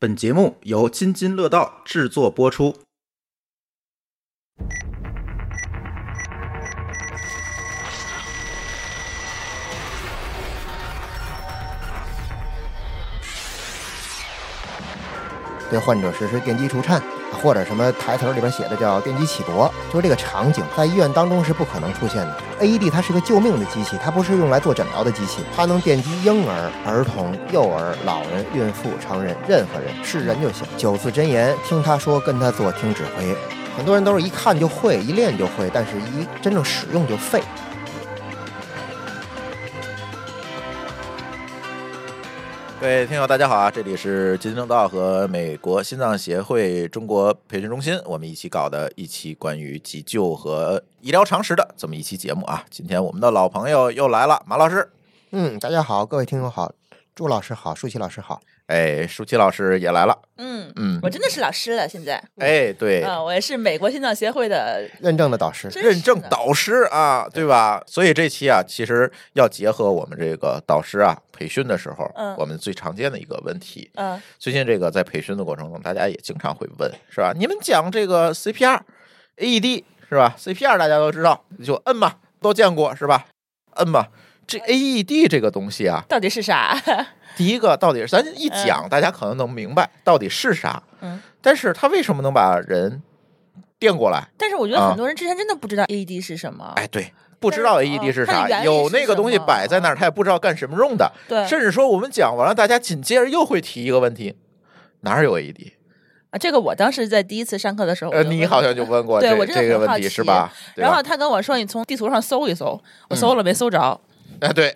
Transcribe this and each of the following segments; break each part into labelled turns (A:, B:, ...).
A: 本节目由津津乐道制作播出。
B: 对患者实施电击除颤，或者什么台词儿里边写的叫电击起搏，就是这个场景在医院当中是不可能出现的。AED 它是个救命的机器，它不是用来做诊疗的机器，它能电击婴儿、儿童、幼儿、老人、孕妇、成人，任何人是人就行。九字真言，听他说，跟他做，听指挥。很多人都是一看就会，一练就会，但是一真正使用就废。
A: 各位听友，大家好啊！这里是津津乐道和美国心脏协会中国培训中心，我们一起搞的一期关于急救和医疗常识的这么一期节目啊。今天我们的老朋友又来了，马老师。
B: 嗯，大家好，各位听友好，朱老师好，舒淇老师好。
A: 哎，舒淇老师也来了。
C: 嗯，
A: 嗯
C: 我，真的是老师了，现在。
A: 哎，对，
C: 啊，我也是美国心脏协会的，
B: 认证的导师，
C: 真是
A: 认证
C: 的
A: 导师啊，对吧？所以这期啊，其实要结合我们这个导师啊培训的时候，
C: 嗯
A: 我们最常见的一个问题，
C: 嗯
A: 最近这个在培训的过程中，大家也经常会问，是吧？你们讲这个 CPR、AED E 是吧？CPR 大家都知道，就摁吧，都见过是吧？摁吧。这 AED 这个东西啊，
C: 到底是啥？
A: 第一个到底是咱一讲，大家可能能明白到底是啥，
C: 嗯，
A: 但是它为什么能把人电过来？
C: 但是我觉得
A: 啊
C: 很多人之前真的不知道 AED 是什么。
A: 哎，对，不知道
C: 但是
A: AED 是
C: 哦它
A: 啥
C: 的，原理
A: 有
C: 是
A: 那个
C: 什
A: 东西
C: 么哦
A: 摆在那儿，他也不知道干什么用的。
C: 对
A: 甚至说我们讲完了，大家紧接着又会提一个问题：哪儿有 E AED？
C: 啊，这个我当时在第一次上课的时候，
A: 呃，
C: 我就
A: 你
C: 问
A: 好像就问过
C: 对
A: 这
C: 我真的
A: 这个
C: 很
A: 问
C: 好
A: 题是
C: 奇
A: 吧？对
C: 然后
A: 吧？
C: 他跟我说：“你从地图上搜一搜。”我搜了没搜着，
A: 啊， 对，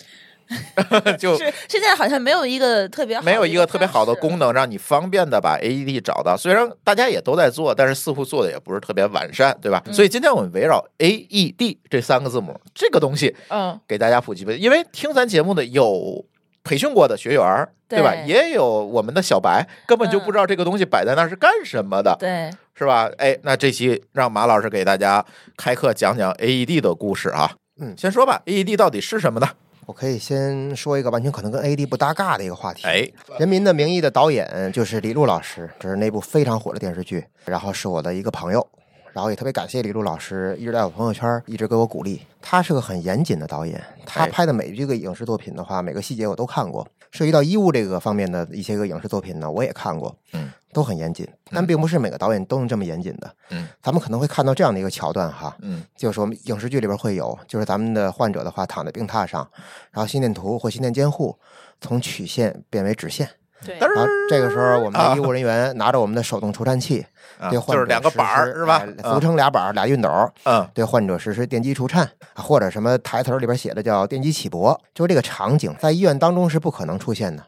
A: 就
C: 就是现在好像没有一个特别好的
A: 没有一个特别好的
C: 方式
A: 功能让你方便的把 AED 找到。虽然大家也都在做，但是似乎做的也不是特别完善，对
C: 嗯
A: 吧？所以今天我们围绕 AED 这三个字母这个东西
C: 嗯，
A: 给大家普及呗，因为听咱节目的有。培训过的学员儿，对吧？
C: 对
A: 也有我们的小白，根本就
C: 嗯
A: 不知道这个东西摆在那儿是干什么的，
C: 对，
A: 是吧？哎，那这期让马老师给大家开课讲讲 AED 的故事啊。
B: 嗯
A: 先说吧，AED 到底是什么呢？
B: 我可以先说一个完全可能跟 AD 不搭嘎的一个话题。
A: 哎，
B: 《人民的名义》的导演就是李路老师，这是那部非常火的电视剧，然后是我的一个朋友，然后也特别感谢李路老师一直在我朋友圈一直给我鼓励。他是个很严谨的导演，他
A: 哎
B: 拍的每一个影视作品的话，每个细节我都看过，涉及到医务这个方面的一些个影视作品呢，我也看过，
A: 嗯，
B: 都很严谨，但并不是每个导演都能这么严谨的，
A: 嗯，
B: 咱们可能会看到这样的一个桥段哈，
A: 嗯
B: 就是我们影视剧里边会有，就是咱们的患者的话躺在病榻上，然后心电图或心电监护从曲线变为直线，
C: 对
A: 但是
B: 然后这个时候我们
A: 啊
B: 的医务人员拿着我们的手动除颤器，
A: 啊
B: 对患
A: 就
B: 者
A: 是两个
B: 实
A: 板儿
B: 施
A: 是吧
B: 哎？俗称俩板儿俩熨斗儿，
A: 嗯，
B: 对患者实施电击除颤，啊或者什么台词儿里边写的叫电击起搏，就是这个场景在医院当中是不可能出现的。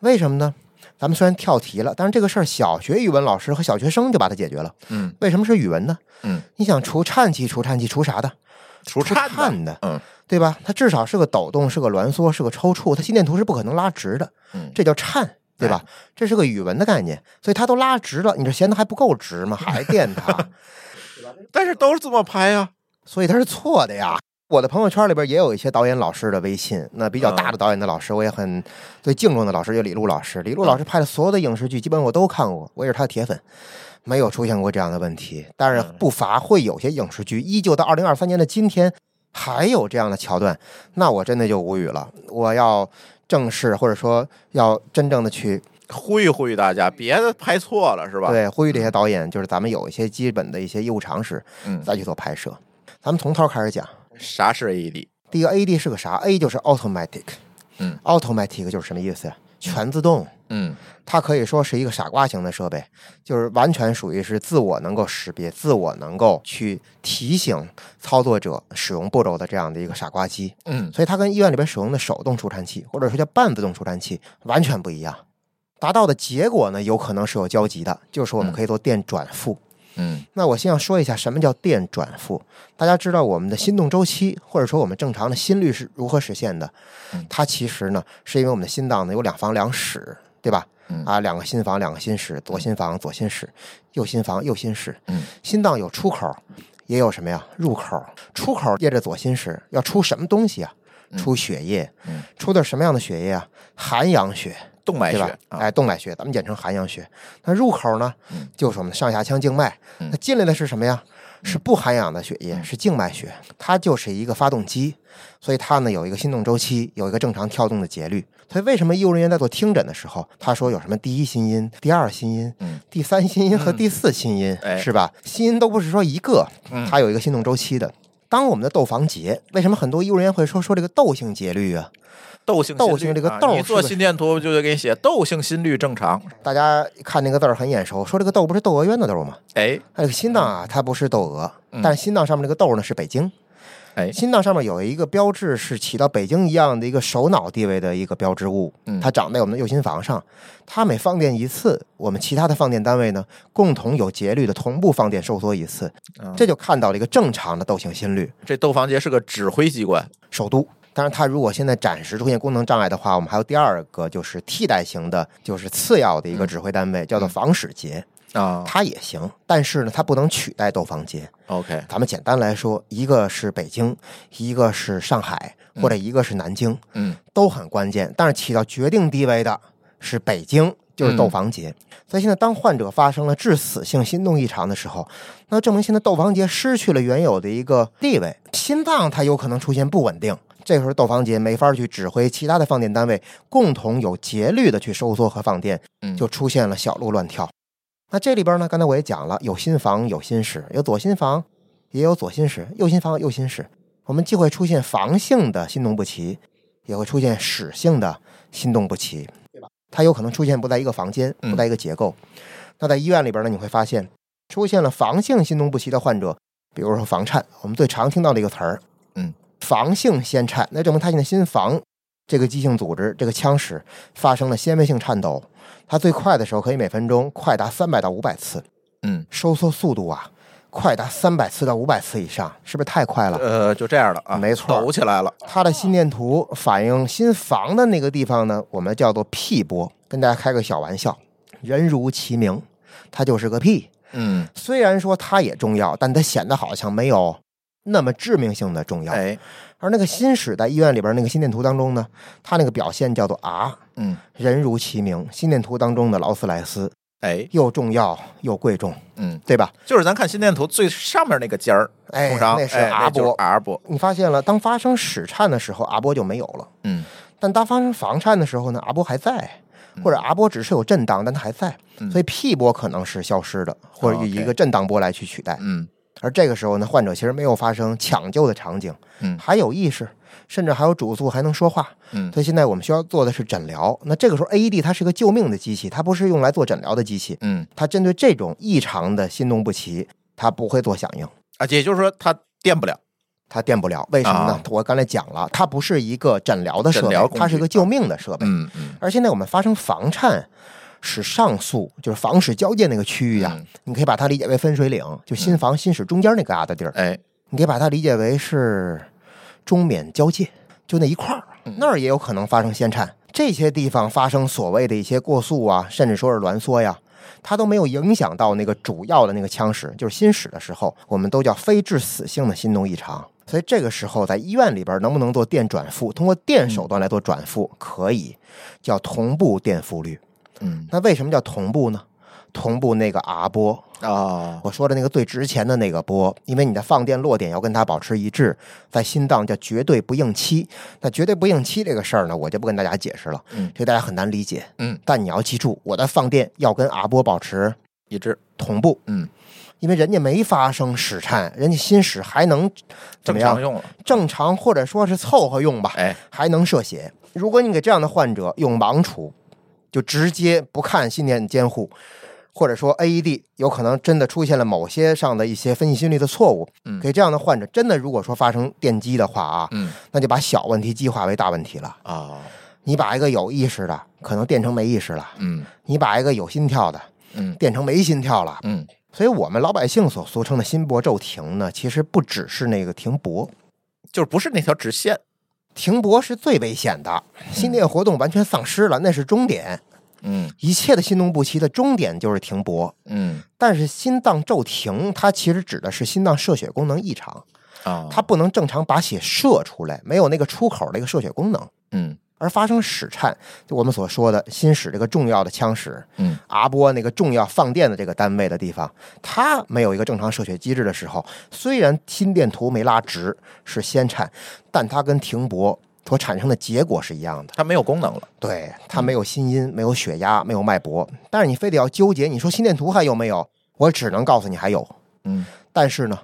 B: 为什么呢？咱们虽然跳题了，但是这个事儿小学语文老师和小学生就把它解决了。
A: 嗯，
B: 为什么是语文呢？
A: 嗯，
B: 你想除颤器，除颤器除啥的？
A: 除
B: 除
A: 颤的
B: 颤的，
A: 嗯，
B: 对吧？它至少是个抖动，是个挛缩，是个抽搐，它心电图是不可能拉直的，
A: 嗯
B: 这叫颤，对
A: 哎
B: 吧？这是个语文的概念，所以它都拉直了，你这弦子还不够直吗？还电 它，
A: 但是都是这么拍啊呀、
B: 所以它是错的呀。我的朋友圈里边也有一些导演老师的微信，那比较
A: 嗯
B: 大的导演的老师，我也很最敬重的老师，就李路老师。李路
A: 嗯
B: 老师拍的所有的影视剧，基本我都看过，我也是他的铁粉，没有出现过这样的问题。但是
A: 嗯
B: 不乏会有些影视剧，依旧到二零二三年的今天还有这样的桥段，那我真的就无语了。我要正视，或者说要真正的去
A: 呼吁呼吁大家，别拍错了是吧？，
B: 对，呼吁这些导演，就是咱们有一些基本的一些业务常识，
A: 嗯，
B: 再去做拍摄。咱们从头开始讲，
A: 啥是 E AED？
B: 第一个 AD 是个啥？A 就是 automatic，
A: 嗯
B: ，automatic 就是什么意思呀？全自动，
A: 嗯
B: 它可以说是一个傻瓜型的设备，就是完全属于是自我能够识别、自我能够去提醒操作者使用步骤的这样的一个傻瓜机。
A: 嗯
B: 所以它跟医院里边使用的手动除颤器，或者说叫半自动除颤器完全不一样。达到的结果呢，有可能是有交集的，就是我们可以做电转负。
A: 嗯
B: 那我先要说一下什么叫电转负。大家知道我们的心动周期，或者说我们正常的心率是如何实现的
A: 嗯？
B: 它其实呢，是因为我们的心脏呢有两房两室，对吧
A: 嗯？
B: 啊，两个心房，两个心室，左心房，左心室，右心房，右心室。
A: 嗯
B: 心脏有出口，也有什么呀？入口。出口接着左心室，要出什么东西啊？出血液
A: 嗯，
B: 出的什么样的血液啊？寒阳血，
A: 动脉
B: 对
A: 血
B: 吧？
A: 啊，
B: 哎，动脉血，咱们简称寒阳血。那入口呢
A: 嗯，
B: 就是我们的上下腔静脉。
A: 嗯
B: 那进来的是什么呀？是不含氧的血液，是静脉血，它就是一个发动机，所以它呢有一个心动周期，有一个正常跳动的节律。所以为什么医务人员在做听诊的时候，他说有什么第一心音、第二心音、
A: 嗯
B: 第三心音和第四心音，
A: 哎
B: 是吧？心音都不是说一个
A: 嗯，
B: 它有一个心动周期的。当我们的窦房结，为什么很多医务人员会说说这个窦性节律啊？
A: 窦性
B: 窦
A: 心
B: 性
A: 律
B: 这个
A: 啊
B: 窦
A: 你
B: 是
A: 做
B: 个
A: 心电图就得给你写窦性心率正常，
B: 大家看那个字儿很眼熟，说这个窦不是窦娥冤的窦吗？
A: 哎
B: 那个心脏啊，它不是窦娥
A: 嗯，
B: 但是心脏上面这个窦呢是北京。
A: 哎
B: 心脏上面有一个标志，是起到北京一样的一个首脑地位的一个标志物
A: 嗯，
B: 它长在我们的右心房上。它每放电一次，我们其他的放电单位呢，共同有节律的同步放电收缩一次，
A: 啊
B: 这就看到了一个正常的窦性心率。
A: 这窦房结是个指挥机关，
B: 首都。当然，它如果现在暂时出现功能障碍的话，我们还有第二个就是替代型的，就是次要的一
A: 嗯
B: 个指挥单位，叫做房室节，
A: 啊
B: 它也行，但是呢，它不能取代窦房节。
A: ，OK，
B: 咱们简单来说，一个是北京，一个是上海，或者一个是南京，
A: 嗯
B: 都很关键。但是起到决定地位的是北京，就是窦房结。所以现在，当患者发生了致死性心动异常的时候，那证明现在窦房结失去了原有的一个地位，心脏它有可能出现不稳定。这时候窦房结没法去指挥其他的放电单位共同有节律的去收缩和放电，
A: 嗯，
B: 就出现了小鹿乱跳。那这里边呢，刚才我也讲了，有心房，有心室，有左心房，也有左心室，右心房，有右心室。我们既会出现房性的心动不齐，也会出现室性的心动不齐，对吧？它有可能出现不在一个房间，
A: 嗯
B: 不在一个结构。那在医院里边呢，你会发现出现了房性心动不齐的患者，比如说房颤，我们最常听到的一个词儿，
A: 嗯，
B: 房性先颤，那证明他现在心房这个肌性组织、这个腔室发生了纤维性颤抖，它最快的时候可以每分钟快达三百到五百次，
A: 嗯，
B: 收缩速度啊，快达三百次到五百次以上，是不是太快了？
A: 呃，就这样了啊，
B: 没错
A: 抖起来了，
B: 它的心电图反映心房的那个地方呢，我们叫做 P 波。跟大家开个小玩笑，人如其名，它就是个 P。
A: 嗯，
B: 虽然说它也重要，但它显得好像没有那么致命性的重要。
A: 哎，
B: 而那个心室在医院里边那个心电图当中呢，它那个表现叫做 R，
A: 嗯，
B: 人如其名，心电图当中的劳斯莱斯，
A: 哎，
B: 又重要又贵重，
A: 嗯，
B: 对吧？
A: 就是咱看心电图最上面那个尖儿，
B: 哎
A: 通常
B: 那是
A: 哎
B: R
A: 就是
B: 波
A: R 波，
B: 你发现了，当发生室颤的时候，阿波就没有了；
A: 嗯
B: 但当发生房颤的时候呢，阿波还在，或者阿波只是有震荡，但它还在，
A: 嗯哦
B: 所以 P 波可能是消失的，或者以一个震荡波来去取代。
A: 嗯
B: 而这个时候呢，患者其实没有发生抢救的场景，
A: 嗯
B: 还有意识，甚至还有主诉，还能说话。
A: 嗯
B: 所以现在我们需要做的是诊疗。那这个时候，AED 它是个救命的机器，它不是用来做诊疗的机器。
A: 嗯，
B: 它针对这种异常的心动不齐，它不会做响应，
A: 啊，也就是说它电不了，
B: 它电不了。为什么呢？
A: 啊
B: 我刚才讲了，它不是一个诊疗的设
A: 诊
B: 备
A: 疗，工具啊
B: 它是一个救命的设备。
A: 嗯嗯
B: 而现在我们发生房颤，使上诉就是房室交界那个区域啊，
A: 嗯
B: 你可以把它理解为分水岭，就心房、心室中间那疙瘩地儿，
A: 哎，
B: 你可以把它理解为是中缅交界，就那一块儿，那儿也有可能发生先颤。这些地方发生所谓的一些过速啊，甚至说是挛缩呀，它都没有影响到那个主要的那个腔室，就是心室的时候，我们都叫非致死性的心动异常。所以这个时候在医院里边能不能做电转负？通过电手段来做转负可以，叫同步电负率。
A: 嗯
B: 那为什么叫同步呢？同步那个 R 波
A: 啊，
B: 我说的那个最值钱的那个波，因为你的放电落点要跟它保持一致，在心脏叫绝对不应期。那绝对不应期这个事儿呢，我就不跟大家解释了，
A: 嗯
B: 这大家很难理解。
A: 嗯，
B: 但你要记住，我的放电要跟 R 波保持
A: 一致，
B: 同步，
A: 嗯，
B: 因为人家没发生室颤，人家心室还能怎
A: 正
B: 么
A: 常
B: 样？
A: 用了，
B: 正常或者说是凑合用吧，
A: 哎，
B: 还能涉血。如果你给这样的患者用盲除，就直接不看心电监护，或者说 AED 有可能真的出现了某些上的一些分析心率的错误，
A: 嗯
B: 给这样的患者真的如果说发生电击的话啊，
A: 嗯
B: 那就把小问题激化为大问题了。
A: 啊，
B: 你把一个有意识的可能变成没意识了，
A: 嗯
B: 你把一个有心跳的
A: 嗯
B: 变成没心跳了。
A: 嗯
B: 所以，我们老百姓所俗称的心搏骤停呢，其实不只是那个停泊，
A: 就是不是那条直线，
B: 停泊是最危险的。心电活动完全丧失了，那是终点。
A: 嗯
B: 一切的心动不齐的终点就是停泊。
A: 嗯
B: 但是心脏骤停，它其实指的是心脏射血功能异常，
A: 啊，
B: 它不能正常把血射出来，没有那个出口那个射血功能，
A: 嗯
B: 而发生室颤，就我们所说的心室这个重要的腔室，
A: 嗯
B: 阿波那个重要放电的这个单位的地方，它没有一个正常射血机制的时候，虽然心电图没拉直是先颤，但它跟停泊所产生的结果是一样的。
A: 它没有功能了，
B: 对，它
A: 嗯
B: 没有心音，没有血压，没有脉搏。但是你非得要纠结，你说心电图还有没有？我只能告诉你还有，
A: 嗯，
B: 但是呢，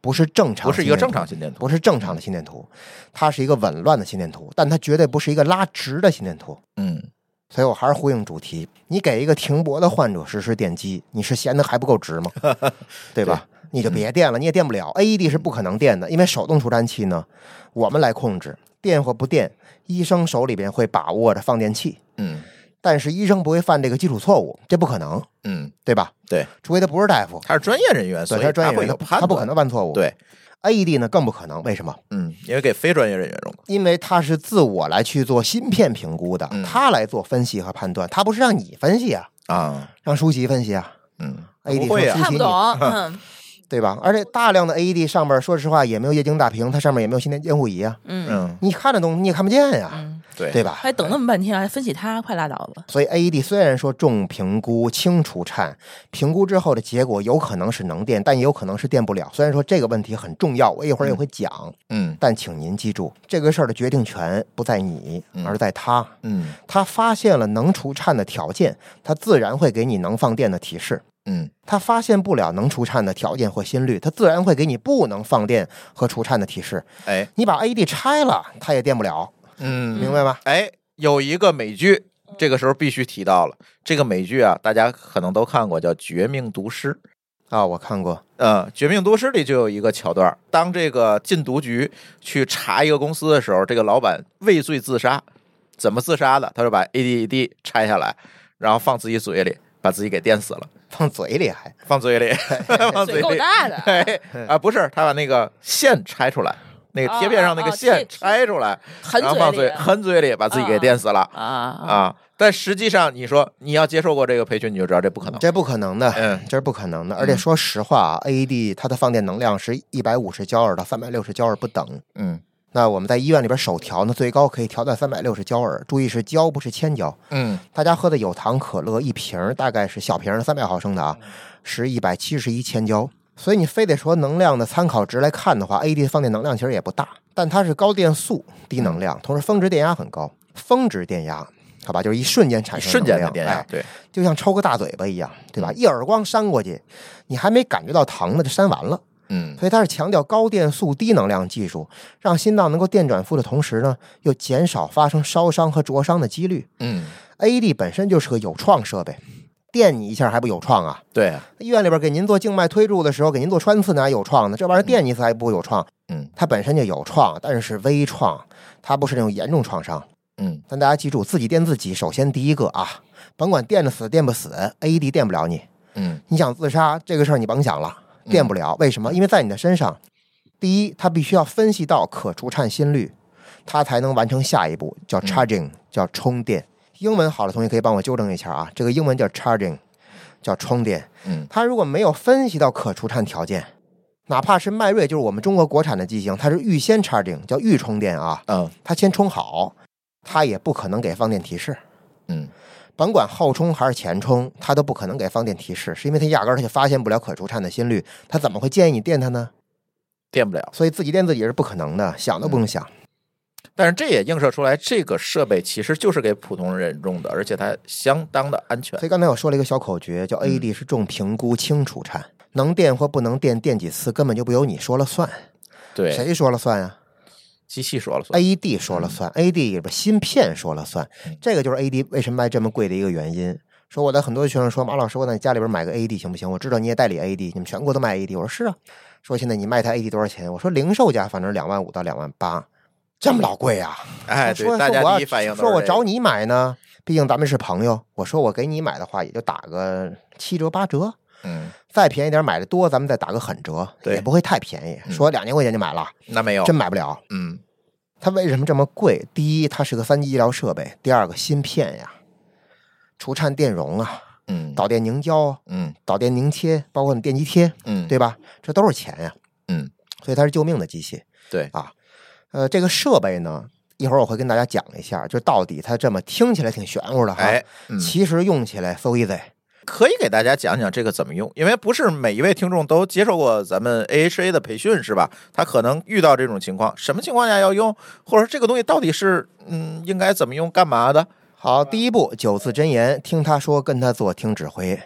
B: 不是正常，
A: 不是一个正，常心电图，
B: 不是正常的心电图，它是一个紊乱的心电图，但它绝对不是一个拉直的心电图。
A: 嗯
B: 所以我还是呼应主题，你给一个停泊的患者实施电击，你是嫌它还不够直 吗？对吧？你就别电了，你也电不了。AED 是不可能电的，因为手动除颤器呢，我们来控制电或不电，医生手里边会把握着放电器。
A: 嗯
B: 但是医生不会犯这个基础错误，这不可能，
A: 嗯，
B: 对吧？
A: 对，
B: 除非他不是大夫，
A: 他是专业人员，所
B: 对，
A: 以
B: 他是专业
A: 会
B: 人
A: 有
B: 员，
A: 判断，
B: 他他不可能犯错误。
A: 对，
B: ，AED 呢更不可能，为什么？
A: 嗯，因为给非专业人员用的，
B: 因为他是自我来去做芯片评估的，
A: 嗯
B: 他来做分析和判断，他不是让你分析啊，
A: 啊，
B: 让舒淇分析啊，
A: 嗯，
B: AED
A: 不会啊
B: 说，
C: 看不懂，嗯
B: 对吧？而且大量的 AED 上面，说实话也没有液晶大屏，它上面也没有心电监护仪啊，
C: 嗯
A: 嗯，
B: 你看得懂你也看不见呀、
C: 嗯，
A: 对
B: 对吧？
C: 还等那么半天，还分析他，快拉倒吧。
B: 所以 AED 虽然说重评估、轻除颤，评估之后的结果有可能是能电，但也有可能是电不了。虽然说这个问题很重要，我一会儿也会讲，
A: 嗯
B: 但请您记住，这个事儿的决定权不在你，
A: 嗯
B: 而在他。
A: 嗯
B: 他发现了能除颤的条件，他自然会给你能放电的提示；
A: 嗯
B: 他发现不了能除颤的条件或心率，他自然会给你不能放电和除颤的提示。
A: 哎
B: 你把 AED 拆了，它也电不了，
A: 嗯，
B: 明白吗？
A: 哎，有一个美剧，这个时候必须提到了。这个美剧啊，大家可能都看过，叫《绝命毒师》。
B: 啊、我看过，
A: 呃，《绝命毒师》里就有一个桥段，当这个禁毒局去查一个公司的时候，这个老板畏罪自杀，怎么自杀的？他就把 ADD 拆下来，然后放自己嘴里，把自己给电死了，
B: 放嘴里还
A: 放嘴里，放
C: 嘴
A: 嘴
C: 够
A: 里。
C: 大的，
A: 哎啊，不是，他把那个线拆出来，那个贴片上那个
C: 哦哦哦
A: 线
C: 贴
A: 拆出来，
C: 含
A: 然后啊放
C: 嘴
A: 嘴
B: 啊
C: 里
A: 含嘴里，把自己给电死了。
C: 啊啊！
A: 啊。但实际上，你说你要接受过这个培训，你就知道这不可能。
B: 这不可能的，
A: 啊嗯
B: 这是不可能的。而且说实话啊，AED 它的放电能量是一百五十焦耳到三百六十焦耳不等。
A: 嗯
B: 那我们在医院里边手调呢，最高可以调到三百六十焦耳，注意是焦不是千焦。
A: 嗯
B: 大家喝的有糖可乐一瓶儿，大概是小瓶三百毫升的啊，
A: 嗯
B: 是一百七十一千焦。所以你非得说能量的参考值来看的话，AED 放电能量其实也不大，但它是高电速、低能
A: 嗯
B: 量，同时峰值电压很高。峰值电压，好吧，就是一瞬间产生
A: 瞬间
B: 能
A: 的
B: 量
A: 电
B: 哎
A: 压，对，
B: 就像抽个大嘴巴一样，对吧？一耳光扇过去，你还没感觉到疼呢，就扇完了。
A: 嗯
B: 所以它是强调高电速、低能量技术，让心脏能够电转负的同时呢，又减少发生烧伤和灼伤的几率。
A: 嗯，
B: AED 本身就是个有创设备，电你一下还不有创啊？
A: 对啊，
B: 医院里边给您做静脉推注的时候，给您做穿刺哪有创呢？这玩意儿电一次还不有创？
A: 嗯
B: 它本身就有创，但是是微创，它不是那种严重创伤。
A: 嗯
B: 但大家记住，自己电自己，首先第一个啊，甭管电的死电不死，AED 电不了你。
A: 嗯
B: 你想自杀这个事儿，你甭想了，电不了。为什么？因为在你的身上，第一，它必须要分析到可除颤心率，它才能完成下一步，叫 charging，、叫充电。英文好的同学可以帮我纠正一下啊，这个英文叫 charging，叫充电。
A: 嗯
B: 它如果没有分析到可除颤条件，哪怕是迈锐，就是我们中国国产的机型，它是预先 charging，叫预充电啊，
A: 嗯
B: 它先充好，它也不可能给放电提示。
A: 嗯
B: 甭管后冲还是前冲，它都不可能给放电提示，是因为它压根儿它就发现不了可除颤的心率，它怎么会建议你电它呢？
A: 电不了。
B: 所以自己电自己是不可能的，想都不用想。
A: 但是这也映射出来，这个设备其实就是给普通人用的，而且它相当的安全
B: 所。以刚才我说了一个小口诀，叫 AED 是重评估轻除颤，能电或不能电，电几次根本就不由你说了算，
A: 对，
B: 谁说了算啊呀、
A: 机器说了算。
B: AED 说了算、a d 里边芯片说了算
A: 嗯，
B: 这个就是 AED 为什么卖这么贵的一个原因。说我的很多学生说，马老师，我在你家里边买个 AED 行不行？我知道你也代理 AED，你们全国都卖 AED。我说是啊。说现在你卖台 AED 多少钱？我说零售价反正两万五到两万八，这么老贵啊？
A: 哎，
B: 说
A: 对，大
B: 说我
A: 家
B: 要
A: 第一反应都是
B: 说我
A: 这
B: 找
A: 个
B: 你买呢，毕竟咱们是朋友。我说我给你买的话，也就打个七折八折，
A: 嗯，
B: 再便宜点买的多，咱们再打个狠折，
A: 对
B: 也不会太便宜。
A: 嗯
B: 说两千块钱就买了，
A: 那没有，
B: 真买不了。
A: 嗯，
B: 它为什么这么贵？第一，它是个三级医疗设备；第二个，芯片呀，除颤电容啊，
A: 嗯，
B: 导电凝胶啊，
A: 嗯
B: 导电凝贴，包括你电极贴，
A: 嗯，
B: 对吧？这都是钱呀。
A: 嗯，
B: 所以它是救命的机器。
A: 对
B: 啊，呃，这个设备呢，一会儿我会跟大家讲一下，就到底它这么听起来挺玄乎的哈，
A: 哎，嗯
B: 其实用起来 so easy。
A: 可以给大家讲讲这个怎么用，因为不是每一位听众都接受过咱们 AHA 的培训，是吧？他可能遇到这种情况，什么情况下要用，或者说这个东西到底是嗯应该怎么用、干嘛的？
B: 好，第一步九字真言，听他说，跟他做，听指挥。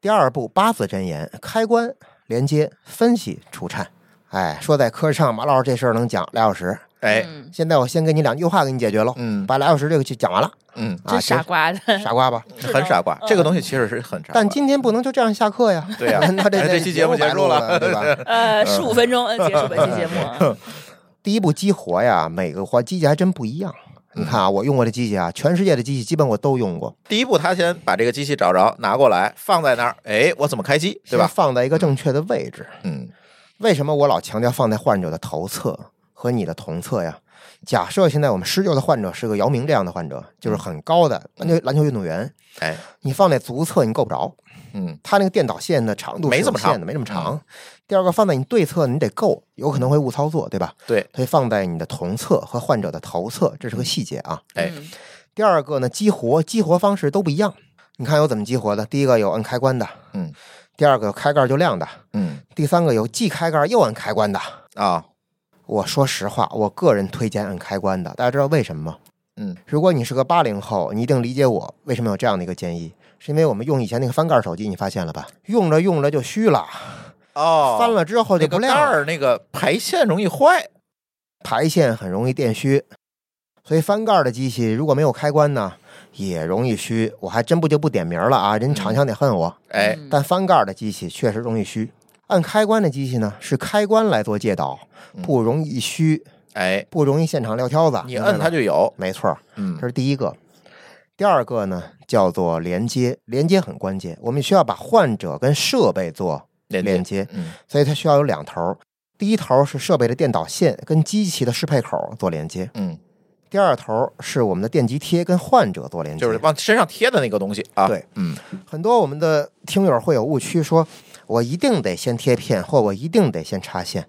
B: 第二步八字真言，开关、连接、分析、除颤。哎，说在科上，马老师这事儿能讲俩小时。
A: 哎，
C: 嗯
B: 现在我先给你两句话给你解决了，
A: 嗯
B: 把俩小时这个就讲完了
A: 嗯，
B: 啊，
C: 真傻
B: 行
C: 瓜的，
B: 傻瓜吧。
C: 是
A: 很
C: 的
A: 傻瓜，
C: 嗯
A: 这个东西其实是很傻瓜
B: 但。今天不能就这样下课呀，
A: 对呀
B: 那这
A: 哎这期节目结
B: 白
A: 束
B: 录
A: 了
B: 了，对吧？
C: 呃，十五分钟嗯结束本期节目，啊
B: 第一部激活呀，每个活机器还真不一样。你看啊，我用过的机器啊，全世界的机器基本我都用过，
A: 第一步，他先把这个机器找着，拿过来放在那儿，哎，我怎么开机，对
B: 先
A: 吧？
B: 放在一个正确的位置。
A: 嗯
B: 为什么我老强调放在患者的头侧和你的同侧呀？假设现在我们施救的患者是个姚明这样的患者，
A: 嗯
B: 就是很高的篮球篮球运动员，
A: 哎
B: 你放在足侧你够不着，
A: 嗯
B: 他那个电导线的长度是
A: 没这么
B: 有限
A: 长嗯
B: 的，没这么长。第二个放在你对侧你得够，有可能会误操作，对吧？
A: 对，
B: 所以放在你的同侧和患者的头侧，这是个细节啊。
A: 哎
C: 嗯
B: 第二个呢，激活激活方式都不一样。你看有怎么激活的？第一个有按开关的，
A: 嗯；
B: 第二个有开盖就亮的；
A: 嗯
B: 第三个有既开盖又按开关的。
A: 啊
B: 我说实话，我个人推荐按开关的，大家知道为什么吗？
A: 嗯
B: 如果你是个八零后，你一定理解我为什么有这样的一个建议，是因为我们用以前那个翻盖手机，你发现了吧？用着用着就虚了，
A: 哦，
B: 翻了之后就
A: 那
B: 不
A: 个
B: 亮
A: 盖
B: 了，
A: 儿，那个排线容易坏。
B: 排线很容易电虚，所以翻盖的机器如果没有开关呢，也容易虚。我还真不就不点名了啊，人
A: 嗯
B: 厂商得恨我。
A: 哎，
C: 嗯
B: 但翻盖的机器确实容易虚。按开关的机器呢，是开关来做介导，不容易虚，
A: 哎，
B: 不容易现场撂挑子。
A: 嗯你
B: 明白
A: 摁
B: 吗
A: 它就有。
B: 没错儿，
A: 嗯
B: 这是第一个。第二个呢，叫做连接，连接很关键，我们需要把患者跟设备做
A: 连
B: 连接，
A: 嗯
B: 所以它需要有两头儿。第一头儿是设备的电导线跟机器的适配口儿做连接，
A: 嗯，
B: 第二头儿是我们的电极贴跟患者做连接，
A: 就是往身上贴的那个东西啊。
B: 嗯对，
A: 嗯
B: 很多我们的听友会有误区说，我一定得先贴片，或我一定得先插线。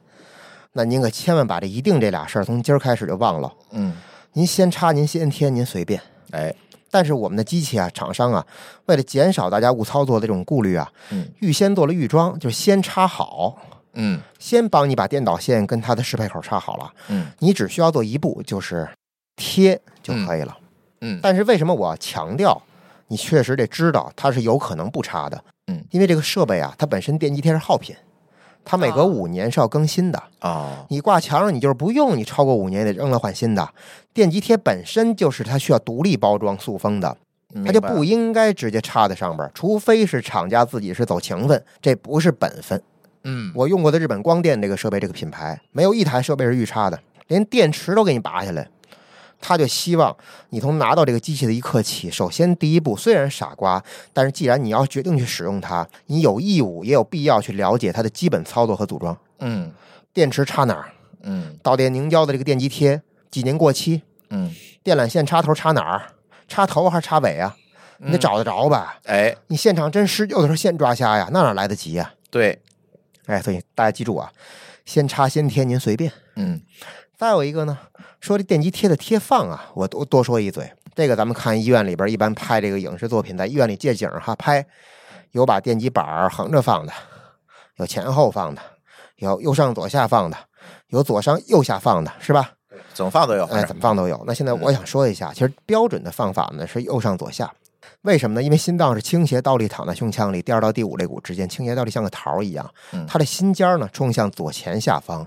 B: 那您可千万把这一定这俩事儿从今儿开始就忘了。
A: 嗯，
B: 您先插，您先贴，您随便。
A: 哎，
B: 但是我们的机器啊，厂商啊，为了减少大家误操作的这种顾虑啊，
A: 嗯
B: 预先做了预装，就是先插好，
A: 嗯
B: 先帮你把电导线跟它的适配口插好了。
A: 嗯
B: 你只需要做一步，就是贴就可以了。
A: 嗯
B: 但是为什么我要强调，你确实得知道它是有可能不插的，
A: 嗯，
B: 因为这个设备啊，它本身电极贴是耗品，它每
A: 啊
B: 隔
C: 哦
B: 五年是要更新的。
A: 哦，
B: 你挂墙上，你就是不用，你超过五年也得扔了换新的。电极贴本身就是它需要独立包装塑封的，它就不
A: 一
B: 应该直接插在上边儿，除非是厂家自己是走情分，这不是本分。
A: 嗯
B: 我用过的日本光电这个设备，这个品牌没有一台设备是预插的，连电池都给你拔下来。他就希望你从拿到这个机器的一刻起，首先第一步虽然傻瓜，但是既然你要决定去使用它，你有义务也有必要去了解它的基本操作和组装。
A: 嗯
B: 电池插哪儿？
A: 嗯
B: 导电凝胶的这个电极贴几年过期？
A: 嗯，
B: 电缆线插头插哪儿？插头还是插尾啊？你得
A: 嗯
B: 找得着吧？
A: 哎，
B: 你现场真施救的时候现抓瞎呀，那哪来得及呀、
A: 对，
B: 哎，所以大家记住啊，先插先贴，您随便。
A: 嗯
B: 再有一个呢，说这电极贴的贴放啊，我多多说一嘴，这个咱们看医院里边一般拍这个影视作品，在医院里借景儿哈拍，有把电极板儿横着放的，有前后放的，有右上左下放的，有左上右下放的，是吧？
A: 怎么嗯放都有。
B: 哎，怎么放都有。那现在我想说一下，其实标准的放法呢是右上左下。为什么呢？因为心脏是倾斜倒立躺在胸腔里，第二到第五肋骨之间倾斜倒立像个桃儿一样
A: 嗯，
B: 它的心尖儿呢冲向左前下方，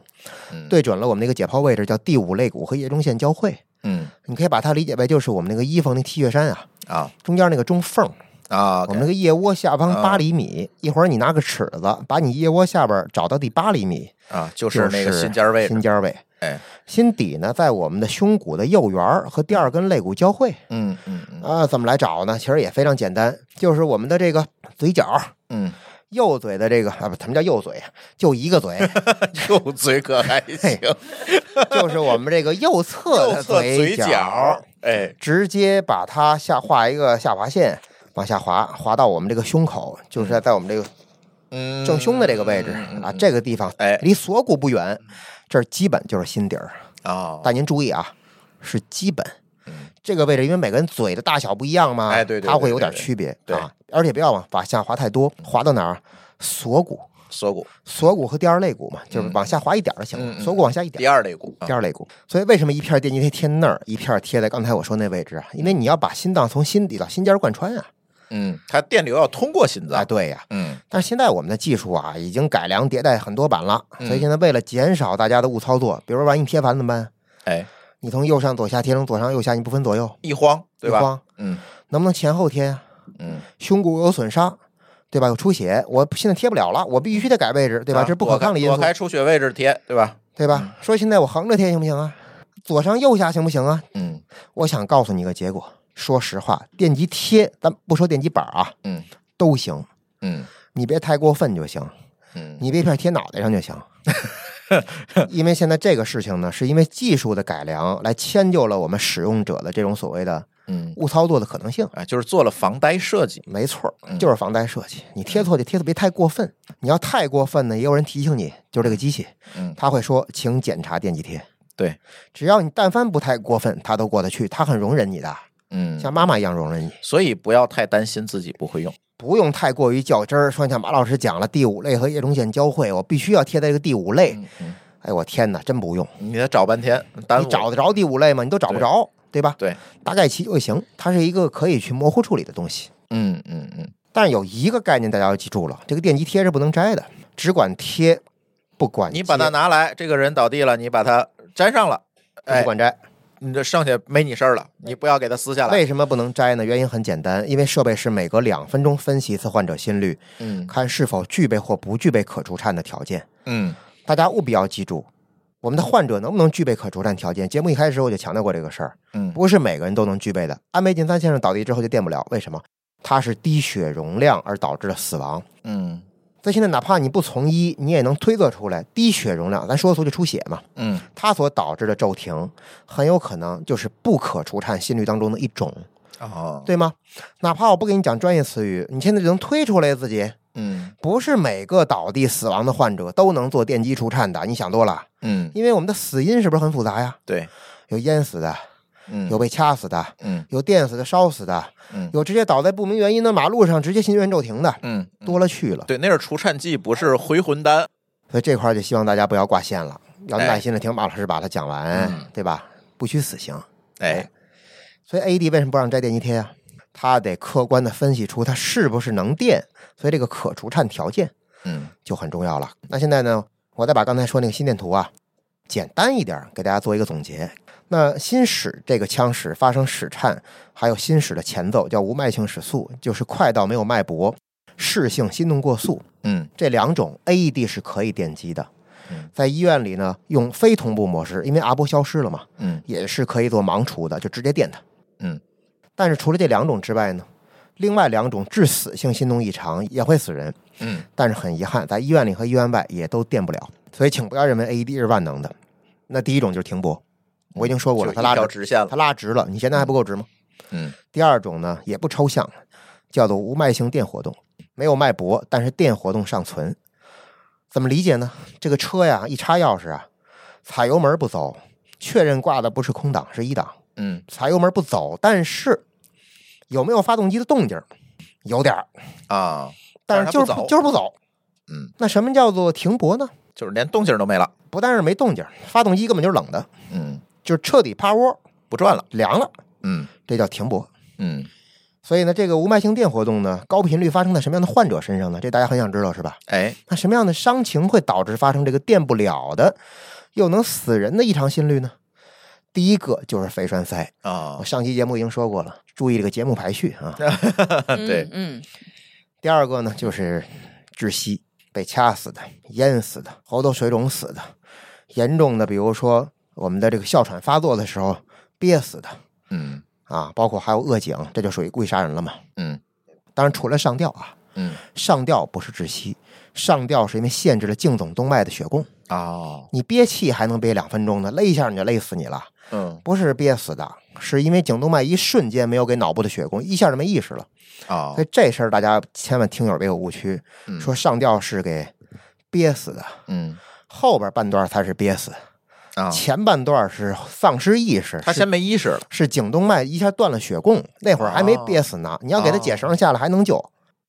A: 嗯
B: 对准了我们那个解剖位置，叫第五肋骨和腋中线交汇。
A: 嗯
B: 你可以把它理解为就是我们那个衣服那 T 恤衫啊，
A: 啊
B: 中间那个中缝，
A: 啊，
B: 我们那个腋窝下方
A: 哦
B: 八厘米，一会儿你拿个尺子把你腋窝下边儿找到第八厘米，
A: 啊，就
B: 就是
A: 那个心尖儿位置
B: 心，尖儿位。
A: 哎，
B: 心底呢，在我们的胸骨的右缘儿和第二根肋骨交汇
A: 嗯嗯嗯
B: 啊、怎么来找呢？其实也非常简单，就是我们的这个嘴角，
A: 嗯，
B: 右嘴的这个啊，不，什么叫右嘴？就 一个嘴，
A: 右嘴可还行，
B: 就是我们这个右侧
A: 右
B: 的
A: 侧嘴
B: 角，
A: 角，哎，
B: 直接把它下画一个下划线，往下滑，滑到我们这个胸口，就是在在我们这个
A: 嗯，嗯
B: 正胸的这个位置、啊，这个地方，
A: 哎
B: 离锁骨不远，这儿基本就是心底儿。
A: 啊，
B: 但您注意啊，是基本。这个位置，因为每个人嘴的大小不一样嘛，
A: 嗯哎对对
B: 它会有点
A: 对对
B: 区别
A: 对
B: 啊。而且不要往往下滑太多，滑到哪儿？锁骨，
A: 锁骨
B: 锁骨和第二肋骨嘛，就是往下滑一点儿就行了。
A: 嗯嗯
B: 锁骨往下一点
A: 第
B: 儿，
A: 二肋骨，啊
B: 第二肋骨。所以为什么一片电极贴贴那儿，一片贴在刚才我说那位置啊？因为你要把心脏从心底到心尖儿贯穿啊。
A: 嗯，它电流要通过心
B: 啊，
A: 脏，
B: 对呀、
A: 嗯
B: 但是现在我们的技术啊，已经改良迭代很多版了，
A: 嗯
B: 所以现在为了减少大家的误操作，比如说万一贴反怎么办？
A: 哎，
B: 你从右上左下贴成左上右下，你不分左右，
A: 一慌对
B: 一
A: 吧？
B: 慌
A: 嗯
B: 能不能前后贴呀、
A: 嗯，
B: 胸骨有损伤，对吧？有出血，我现在贴不了了，我必须得改位置，对吧？
A: 啊
B: 这是不可抗力因
A: 躲
B: 素
A: 开，躲开嗯出血位置贴对吧？
B: 对吧？说现在我横着贴行不行啊？左上右下行不行啊？
A: 嗯
B: 我想告诉你个结果，说实话，电极贴，咱不说电极板啊，
A: 嗯
B: 都行，
A: 嗯
B: 你别太过分就行，
A: 嗯
B: 你别一片贴脑袋上 就行。因为现在这个事情呢，是因为技术的改良来迁就了我们使用者的这种所谓的
A: 嗯，
B: 误操作的可能性。
A: 啊，就是做了防呆设计，
B: 没错儿
A: 嗯，
B: 就是防呆设计。你贴错就贴错，别太过分。你要太过分呢，也有人提醒你，就是这个机器，
A: 嗯
B: 他会说请检查电极贴。
A: 对，
B: 只要你但凡不太过分，他都过得去，他很容忍你的，
A: 嗯，
B: 像妈妈一样容忍你。
A: 所以不要太担心自己不会用，
B: 不用太过于较真儿，说像马老师讲了，第五类和叶中线交汇，我必须要贴在这个第五类。
A: 嗯嗯，
B: 哎，我天哪，真不用，
A: 你得找半天，耽
B: 你
A: 误
B: 找得着第五类吗？你都找不着，对吧？
A: 对，
B: 大概其就行，它是一个可以去模糊处理的东西。
A: 嗯嗯嗯，
B: 但是有一个概念大家要记住了，这个电极贴是不能摘的，只管贴，不管
A: 你把它
B: 接
A: 拿来，这个人倒地了，你把它粘上了，哎
B: 不，管摘。
A: 你这剩下没你事儿了，你不要给它撕下来。
B: 为什么不能摘呢？原因很简单，因为设备是每隔两分钟分析一次患者心率，
A: 嗯
B: 看是否具备或不具备可除颤的条件。
A: 嗯
B: 大家务必要记住，我们的患者能不能具备可除颤条件？节目一开始我就强调过这个事儿，
A: 嗯
B: 不是每个人都能具备的。安倍晋三先生倒地之后就电不了，为什么？他是低血容量而导致的死亡。
A: 嗯
B: 所以现在哪怕你不从医，你也能推测出来低血容量，咱说俗就出血嘛，
A: 嗯
B: 它所导致的骤停很有可能就是不可除颤心率当中的一种，
A: 哦
B: 对吗？哪怕我不给你讲专业词语，你现在就能推出来自己。
A: 嗯
B: 不是每个倒地死亡的患者都能做电击除颤的，你想多了，
A: 嗯
B: 因为我们的死因是不是很复杂呀？
A: 对
B: 有淹死的，
A: 嗯
B: 有被掐死的，
A: 嗯
B: 有电死的、烧死的
A: 嗯，
B: 有直接倒在不明原因的马路上直接心源骤停的，
A: 嗯
B: 多了去了。
A: 对，那是除颤剂，不是回魂丹。
B: 所以这块儿就希望大家不要挂线了，要
A: 哎
B: 耐心的听马老师把它讲完，
A: 嗯
B: 对吧？不虚此行。
A: 哎，
B: 所以 AED 为什么不让摘电极贴啊？他得客观的分析出它是不是能电，所以这个可除颤条件
A: 嗯
B: 就很重要了。那现在呢，我再把刚才说那个心电图啊，简单一点儿给大家做一个总结。那心室这个腔室发生室颤，还有心室的前奏叫无脉性室速，就是快到没有脉搏，室性心动过速。
A: 嗯
B: 这两种 AED 是可以电击的
A: 嗯。
B: 在医院里呢，用非同步模式，因为阿波消失了嘛，
A: 嗯
B: 也是可以做盲除的，就直接电它。
A: 嗯，
B: 但是除了这两种之外呢，另外两种致死性心动异常也会死人，
A: 嗯
B: 但是很遗憾，在医院里和医院外也都电不了。所以请不要认为 AED 是万能的。那第一种就是停搏，我已经说过了，
A: 就
B: 它
A: 一
B: 拉
A: 条
B: 直
A: 直线了
B: 它拉直了，你现在还不够直吗？
A: 嗯
B: 第二种呢，也不抽象，叫做无脉性电活动，没有脉搏，但是电活动尚存。怎么理解呢？这个车呀，一插钥匙啊，踩油门不走，确认挂的不是空档，是一档，
A: 嗯
B: 踩油门不走，但是有没有发动机的动静儿？有点儿，
A: 啊，
B: 但是就是
A: 它不走
B: 就是不走。
A: 嗯，
B: 那什么叫做停泊呢？
A: 就是连动静都没了。
B: 不但是没动静儿，发动机根本就是冷的，
A: 嗯，
B: 就是彻底趴窝
A: 不转了。
B: 凉了，
A: 嗯
B: 这叫停泊。
A: 嗯，
B: 所以呢，这个无脉性电活动呢，高频率发生在什么样的患者身上呢？这大家很想知道是吧？
A: 哎，
B: 那什么样的伤情会导致发生这个电不了的，又能死人的异常心率呢？第一个就是肺栓塞，
A: 啊
B: 我，上期节目已经说过了，注意这个节目排序啊。
C: 嗯
A: 对，
C: 嗯，
B: 第二个呢，就是窒息，被掐死的、淹死的、喉头水肿死的，严重的，比如说我们的这个哮喘发作的时候憋死的
A: 嗯
B: 啊，包括还有扼颈，这就属于故意杀人了嘛。
A: 嗯
B: 当然，除了上吊啊，
A: 嗯，
B: 上吊不是窒息，上吊是因为限制了颈总动脉的血供，
A: 哦，
B: 你憋气还能憋两分钟呢，勒一下你就勒死你了，
A: 嗯
B: 不是憋死的，是因为颈动脉一瞬间没有给脑部的血供，一下就没意识了。
A: 哦
B: 所以，这事儿大家千万听友别有误区，
A: 嗯
B: 说上吊是给憋死的，
A: 嗯
B: 后边半段才是憋死，
A: 啊，
B: 前半段是丧失意识。
A: 他
B: 是
A: 先没意识了，
B: 是颈动脉一下断了血供，那会儿还没
A: 哦
B: 憋死呢。你要给他解
A: 哦
B: 绳下来还能救，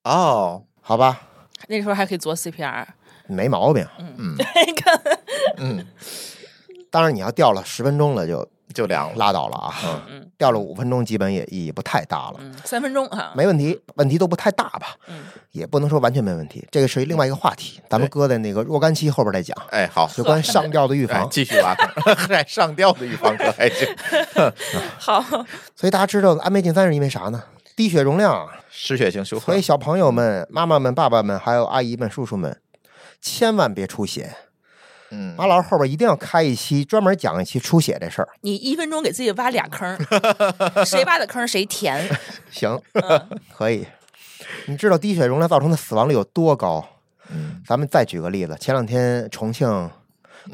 A: 哦，
B: 好吧？
C: 那时候还可以做 CPR，
B: 没毛病。
A: 嗯
C: 那个
A: 嗯，
B: 当然你要掉了十分钟了就
A: 就凉了，
B: 拉倒了啊，
C: 嗯
B: 掉了五分钟基本也意义不太大了，
C: 嗯，三分钟啊，
B: 没问题，问题都不太大吧，
C: 嗯
B: 也不能说完全没问题，这个是另外一个话题，咱们搁在那个若干期后边再 讲，
A: 哎，好，
B: 有关上吊的预
A: 哎
B: 防，。
A: 继续挖坑，还上吊的预防科，还行，
C: 好，
B: 所以大家知道安倍晋三是因为啥呢？低血容量啊，
A: 失血性休克
B: 所以，小朋友们、妈妈们、爸爸们，还有阿姨们、叔叔们，千万别出血。
A: 嗯
B: 马老师后边一定要开一期专门讲一期出血这事儿。
C: 你一分钟给自己挖俩坑儿，谁挖的坑儿谁填，
B: 行，
C: 嗯
B: 可以。你知道低血容量造成的死亡率有多高？
A: 嗯
B: 咱们再举个例子，前两天重庆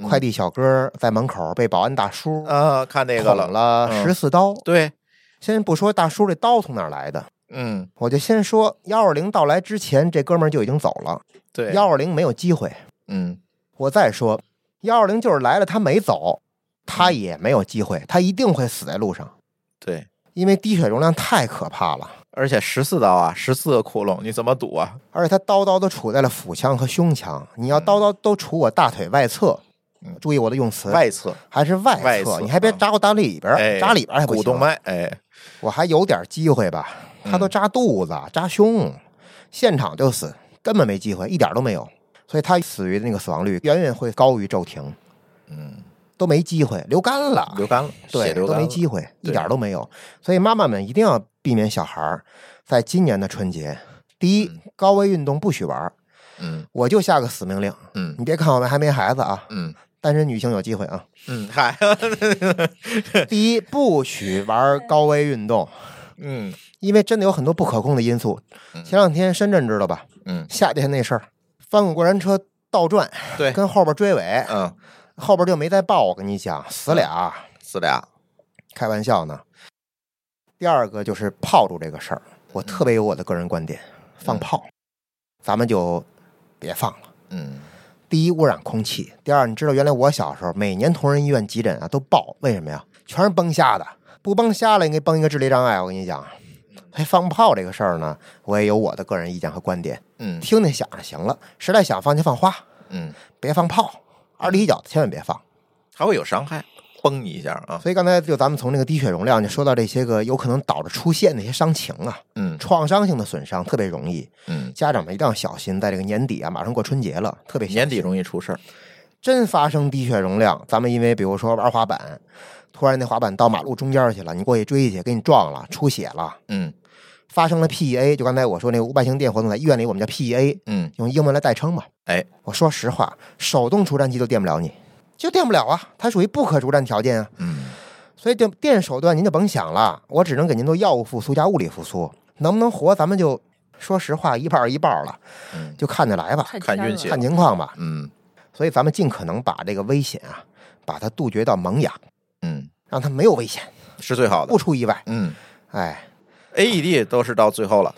B: 快递小哥在门口被保安大叔
A: 啊，看那个
B: 捅
A: 了，
B: 了
A: 嗯
B: 十四刀。
A: 对，
B: 先不说大叔这刀从哪儿来的，
A: 嗯
B: 我就先说幺二零到来之前，这哥们儿就已经走了，
A: 对，
B: 幺二零没有机会。
A: 嗯
B: 我再说，幺二零就是来了，他没走，他
A: 嗯
B: 也没有机会，他一定会死在路上，
A: 对，
B: 因为低血容量太可怕了。
A: 而且十四刀啊，十四个窟窿，你怎么堵啊？
B: 而且他刀刀都杵在了腹腔和胸腔，你要刀刀都杵我大腿外侧
A: 嗯，
B: 注意我的用词，
A: 外侧
B: 还是外侧，
A: 外侧嗯
B: 你还别扎我大里边儿，
A: 哎
B: 扎里边儿还不
A: 股嗯
B: 行，啊
A: 动脉，哎，
B: 我还有点机会吧，他都扎肚子、扎胸，现场就死，根本没机会，一点都没有，所以他死于那个死亡率远远会高于骤停，
A: 嗯，
B: 都没机会，流干了，
A: 流干了，
B: 啊对，
A: 血流
B: 都
A: 干
B: 没
A: 了，
B: 机会，一
A: 对
B: 点儿都没有。所以妈妈们一定要避免小孩儿在今年的春节，第一，高危运动不许玩儿。
A: 嗯
B: 我就下个死命令，
A: 嗯
B: 你别看我们还没孩子啊，
A: 嗯
B: 单身女性有机 会啊。
A: 嗯，嗨，
B: 第一，不许玩高危运动，
A: 嗯
B: 因为真的有很多不可控的因素。
A: 嗯
B: 前两天深圳知道吧，
A: 嗯，
B: 夏天那事儿，翻滚过山车倒转，
A: 对
B: 跟后边追尾，
A: 嗯，
B: 后边就没再报。我跟你讲，死俩，
A: 死俩，
B: 开玩笑呢。第二个就是炮竹这个事儿，我特别有我的个人观点，放炮，咱们就别放了。
A: 嗯
B: 第一，污染空气；第二，你知道原来我小时候每年同仁医院急诊啊都爆，为什么呀？全是崩瞎的，不崩瞎了应该崩一个智力障碍。我跟你讲，还放炮这个事儿呢，我也有我的个人意见和观点，
A: 嗯
B: 听听响就行了，实在想放就放花，
A: 嗯，
B: 别放炮，二踢脚千万别放。
A: 还会有伤害，崩你一下啊，
B: 所以刚才就咱们从那个低血容量就说到这些个有可能导致出现的一些伤情啊，
A: 嗯
B: 创伤性的损伤特别容易，
A: 嗯，
B: 家长们一定要小心，在这个年底啊，马上过春节了，特别小心
A: 年底容易出事儿，
B: 真发生低血容量，咱们因为比如说玩滑板，突然那滑板到马路中间去了，你过去追去，给你撞了，出血了，
A: 嗯
B: 发生了 PEA，就刚才我说那个无外形电活动，在医院里我们叫 PEA，
A: 嗯，
B: 用英文来代称嘛。
A: 哎，
B: 我说实话，手动除颤器都电不了你，就电不了啊，它属于不可除颤条件啊，
A: 嗯
B: 所以电电手段您就甭想了，我只能给您做药物复苏加物理复苏，能不能活咱们就说实话一半儿一半儿了，
A: 嗯
B: 就看着来吧，
C: 太
A: 看
C: 天
A: 运
C: 了
A: 气
B: 看情况吧。
A: 嗯
B: 所以咱们尽可能把这个危险啊，把它杜绝到萌芽，
A: 嗯，
B: 让它没有危险，
A: 是最好的
B: 不，出意外。
A: 嗯
B: 哎，
A: ，AED 都是到最后了，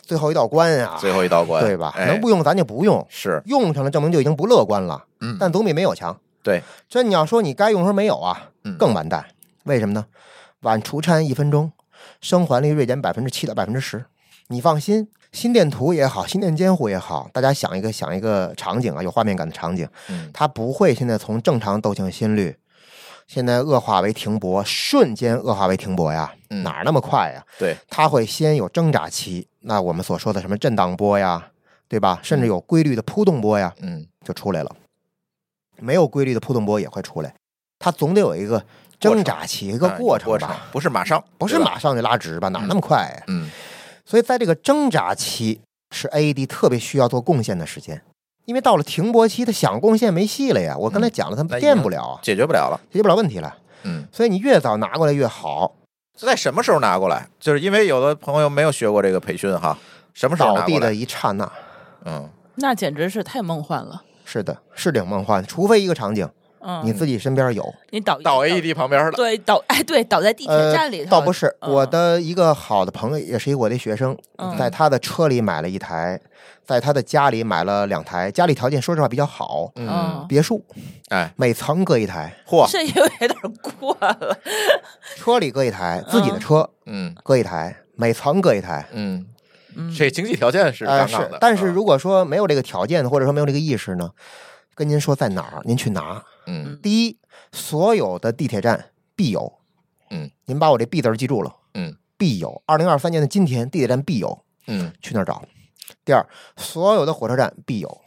B: 最后一道关啊，
A: 最后一道关，
B: 对吧？
A: 哎
B: 能不用咱就不用，
A: 是，
B: 用上了证明就已经不乐观了，
A: 嗯，
B: 但总比没有强。
A: 对，
B: 真你要说你该用时候没有啊
A: 嗯，
B: 更完蛋。为什么呢？晚除颤一分钟，生还率锐减百分之七到百分之十。你放心，心电图也好，心电监护也好，大家想一个想一个场景啊，有画面感的场景，
A: 嗯
B: 它不会现在从正常窦性心率，现在恶化为停搏，瞬间恶化为停搏呀，
A: 嗯
B: 哪儿那么快呀？
A: 对，
B: 它会先有挣扎期，那我们所说的什么震荡波呀，对吧？甚至有规律的扑动波呀，
A: 嗯
B: 就出来了。没有规律的扑动波也会出来，它总得有一个挣扎期，一个
A: 啊
B: 过
A: 程，过
B: 程吧，
A: 不是马上，
B: 不是
A: 对吧，
B: 马上就拉直吧？哪那么快呀、
A: 嗯
B: 所以在这个挣扎期是 AD 特别需要做贡献的时间，因为到了停泊期，他想贡献没戏了呀。我刚
C: 嗯
B: 才讲了，他
A: 那
B: 们
A: 已
B: 垫
A: 经
C: 哎
B: 不了啊，
A: 解决不了了，
B: 解决不了问题了。
A: 嗯。
B: 所以你越早拿过来越好。
A: 这在什么时候拿过来？就是因为有的朋友没有学过这个培训哈，什么时候
B: 倒
A: 拿
B: 地
A: 过
B: 的
A: 来？
B: 一刹那，
A: 嗯，
C: 那简直是太梦幻了。
B: 是的，是挺梦幻。除非一个场景
C: 嗯，
B: 你自己身边有，
C: 你倒
A: 到 AED 旁边了，
C: 对倒哎对倒在地铁
B: 呃
C: 站里头，
B: 倒不是，
C: 嗯
B: 我的一个好的朋友，也是一个我的学生，
C: 嗯
B: 在他的车里买了一台，在他的家里买了两台，家里条件说实话比较好，
C: 嗯，
B: 别墅
A: 哎，
B: 每层各一台，
A: 嚯，
C: 这有点过了。
B: 车里各一台，自己的车
A: 嗯
B: 各一台，每层各一台。
A: 嗯，
C: 嗯
A: 这经济条件是
B: 呃，
A: 杠
B: 是
A: 杠的，，
B: 但是
A: 啊
B: 如果说没有这个条件，或者说没有这个意识呢，跟您说在哪儿，您去拿。
A: 嗯
B: 第一，所有的地铁站必有，
A: 嗯，
B: 您把我这“必”字儿记住了，
A: 嗯，
B: 必有。二零二三年的今天，地铁站必有，
A: 嗯
B: 去那儿找。第二，所有的火车站必有，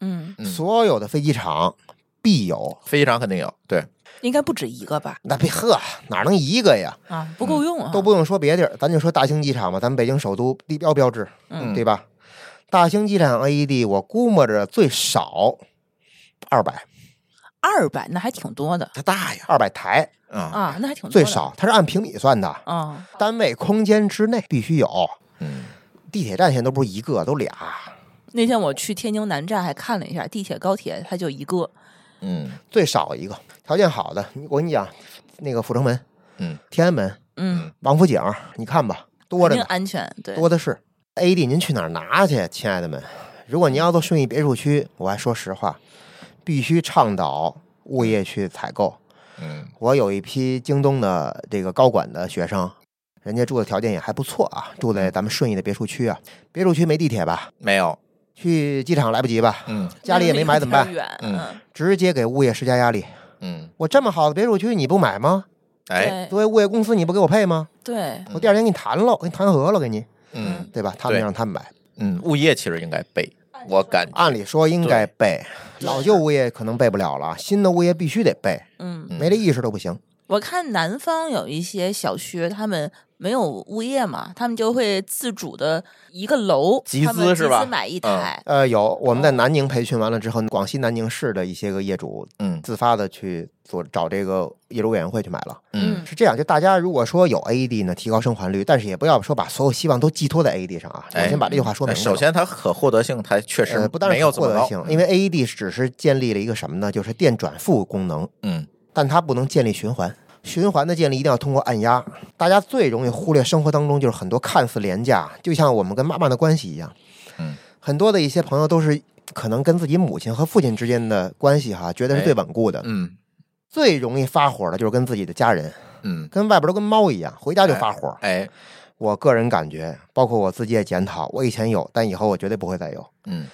C: 嗯，
A: 嗯
B: 所有的飞机场必有。
A: 飞机场肯定有，对，
C: 应该不止一个吧？
B: 那别呵，哪能一个呀？
C: 啊，不够用啊，
B: 都不用说别地儿，咱就说大兴机场吧，咱们北京首都地标标志，
C: 嗯
B: 对吧？大兴机场 AED，我估摸着最少二百
C: 二百，那还挺多的
A: 它大呀，
B: 二百台，
A: 啊，
C: 啊，那还挺多
B: 最
C: 的
B: 少，它是按平米算的，
C: 啊。
B: 单位空间之内必须有。
A: 嗯
B: 地铁站现在都不是一个，都俩。
C: 那天我去天津南站还看了一下地铁、高铁，它就一个，
A: 嗯
B: 最少一个，条件好的，你我跟你讲，那个阜成门、
A: 嗯
B: 天安门、
C: 嗯，
B: 王府井，你看吧，多着
C: 肯定
B: 呢，
C: 安全，对，
B: 多的是。AD，您去哪儿拿去，啊亲爱的们？如果您要做顺义别墅区，我还说实话，必须倡导物业去采购。
A: 嗯
B: 我有一批京东的这个高管的学生，人家住的条件也还不错啊，住在咱们顺义的别墅区啊。别墅区没地铁吧？
A: 没有，
B: 去机场来不及吧？
A: 嗯
B: 家里也没买怎么
C: 那
B: 办？
C: 离得有点
A: 嗯
C: 远，啊
B: 直接给物业施加压力。
A: 嗯，
B: 我这么好的别墅区你不买吗？
A: 哎，
C: 嗯，
B: 作为物业公司你不给我配吗？
C: 对对，
B: 我第二天给你谈了，我给你谈和了，给你，
A: 嗯
B: 对吧？他们
A: 对
B: 让他们买。
A: 嗯，物业其实应该备，我感觉，
B: 按理说应该背，
C: 对
B: 老旧物业可能背不了了，新的物业必须得背，
C: 嗯，
A: 嗯
B: 没这意识都不行。
C: 我看南方有一些小区，他们没有物业嘛，他们就会自主的一个楼
A: 集
C: 他们
A: 资是吧
C: 集资买一台，
B: 呃，有我
A: 哦
B: 们在南宁培训完了之后，广西南宁市的一些个业主
A: 嗯
B: 自发的去做找这个业主委员会去买了，
A: 嗯
B: 是这样。就大家如果说有 AED 呢，提高生还率，但是也不要说把所有希望都寄托在 AED 上啊。我
A: 哎
B: 先把这句话说
A: 那
B: 明白了。
A: 首先它可获得性它确实
B: 呃，不但
A: 没
B: 是
A: 有
B: 可
A: 这
B: 获
A: 么
B: 得
A: 高，嗯
B: 性，因为 AED 只是建立了一个什么呢？就是电转负功能，
A: 嗯
B: 但它不能建立循环。循环的建立一定要通过按压。大家最容易忽略生活当中就是很多看似廉价，就像我们跟妈妈的关系一样。
A: 嗯，
B: 很多的一些朋友都是可能跟自己母亲和父亲之间的关系哈，觉得是最稳固的。
A: 嗯
B: 最容易发火的就是跟自己的家人，
A: 嗯，
B: 跟外边都跟猫一样，回家就发火。
A: 哎，
B: 我个人感觉，包括我自己也检讨，我以前有，但以后我绝对不会再有。
A: 嗯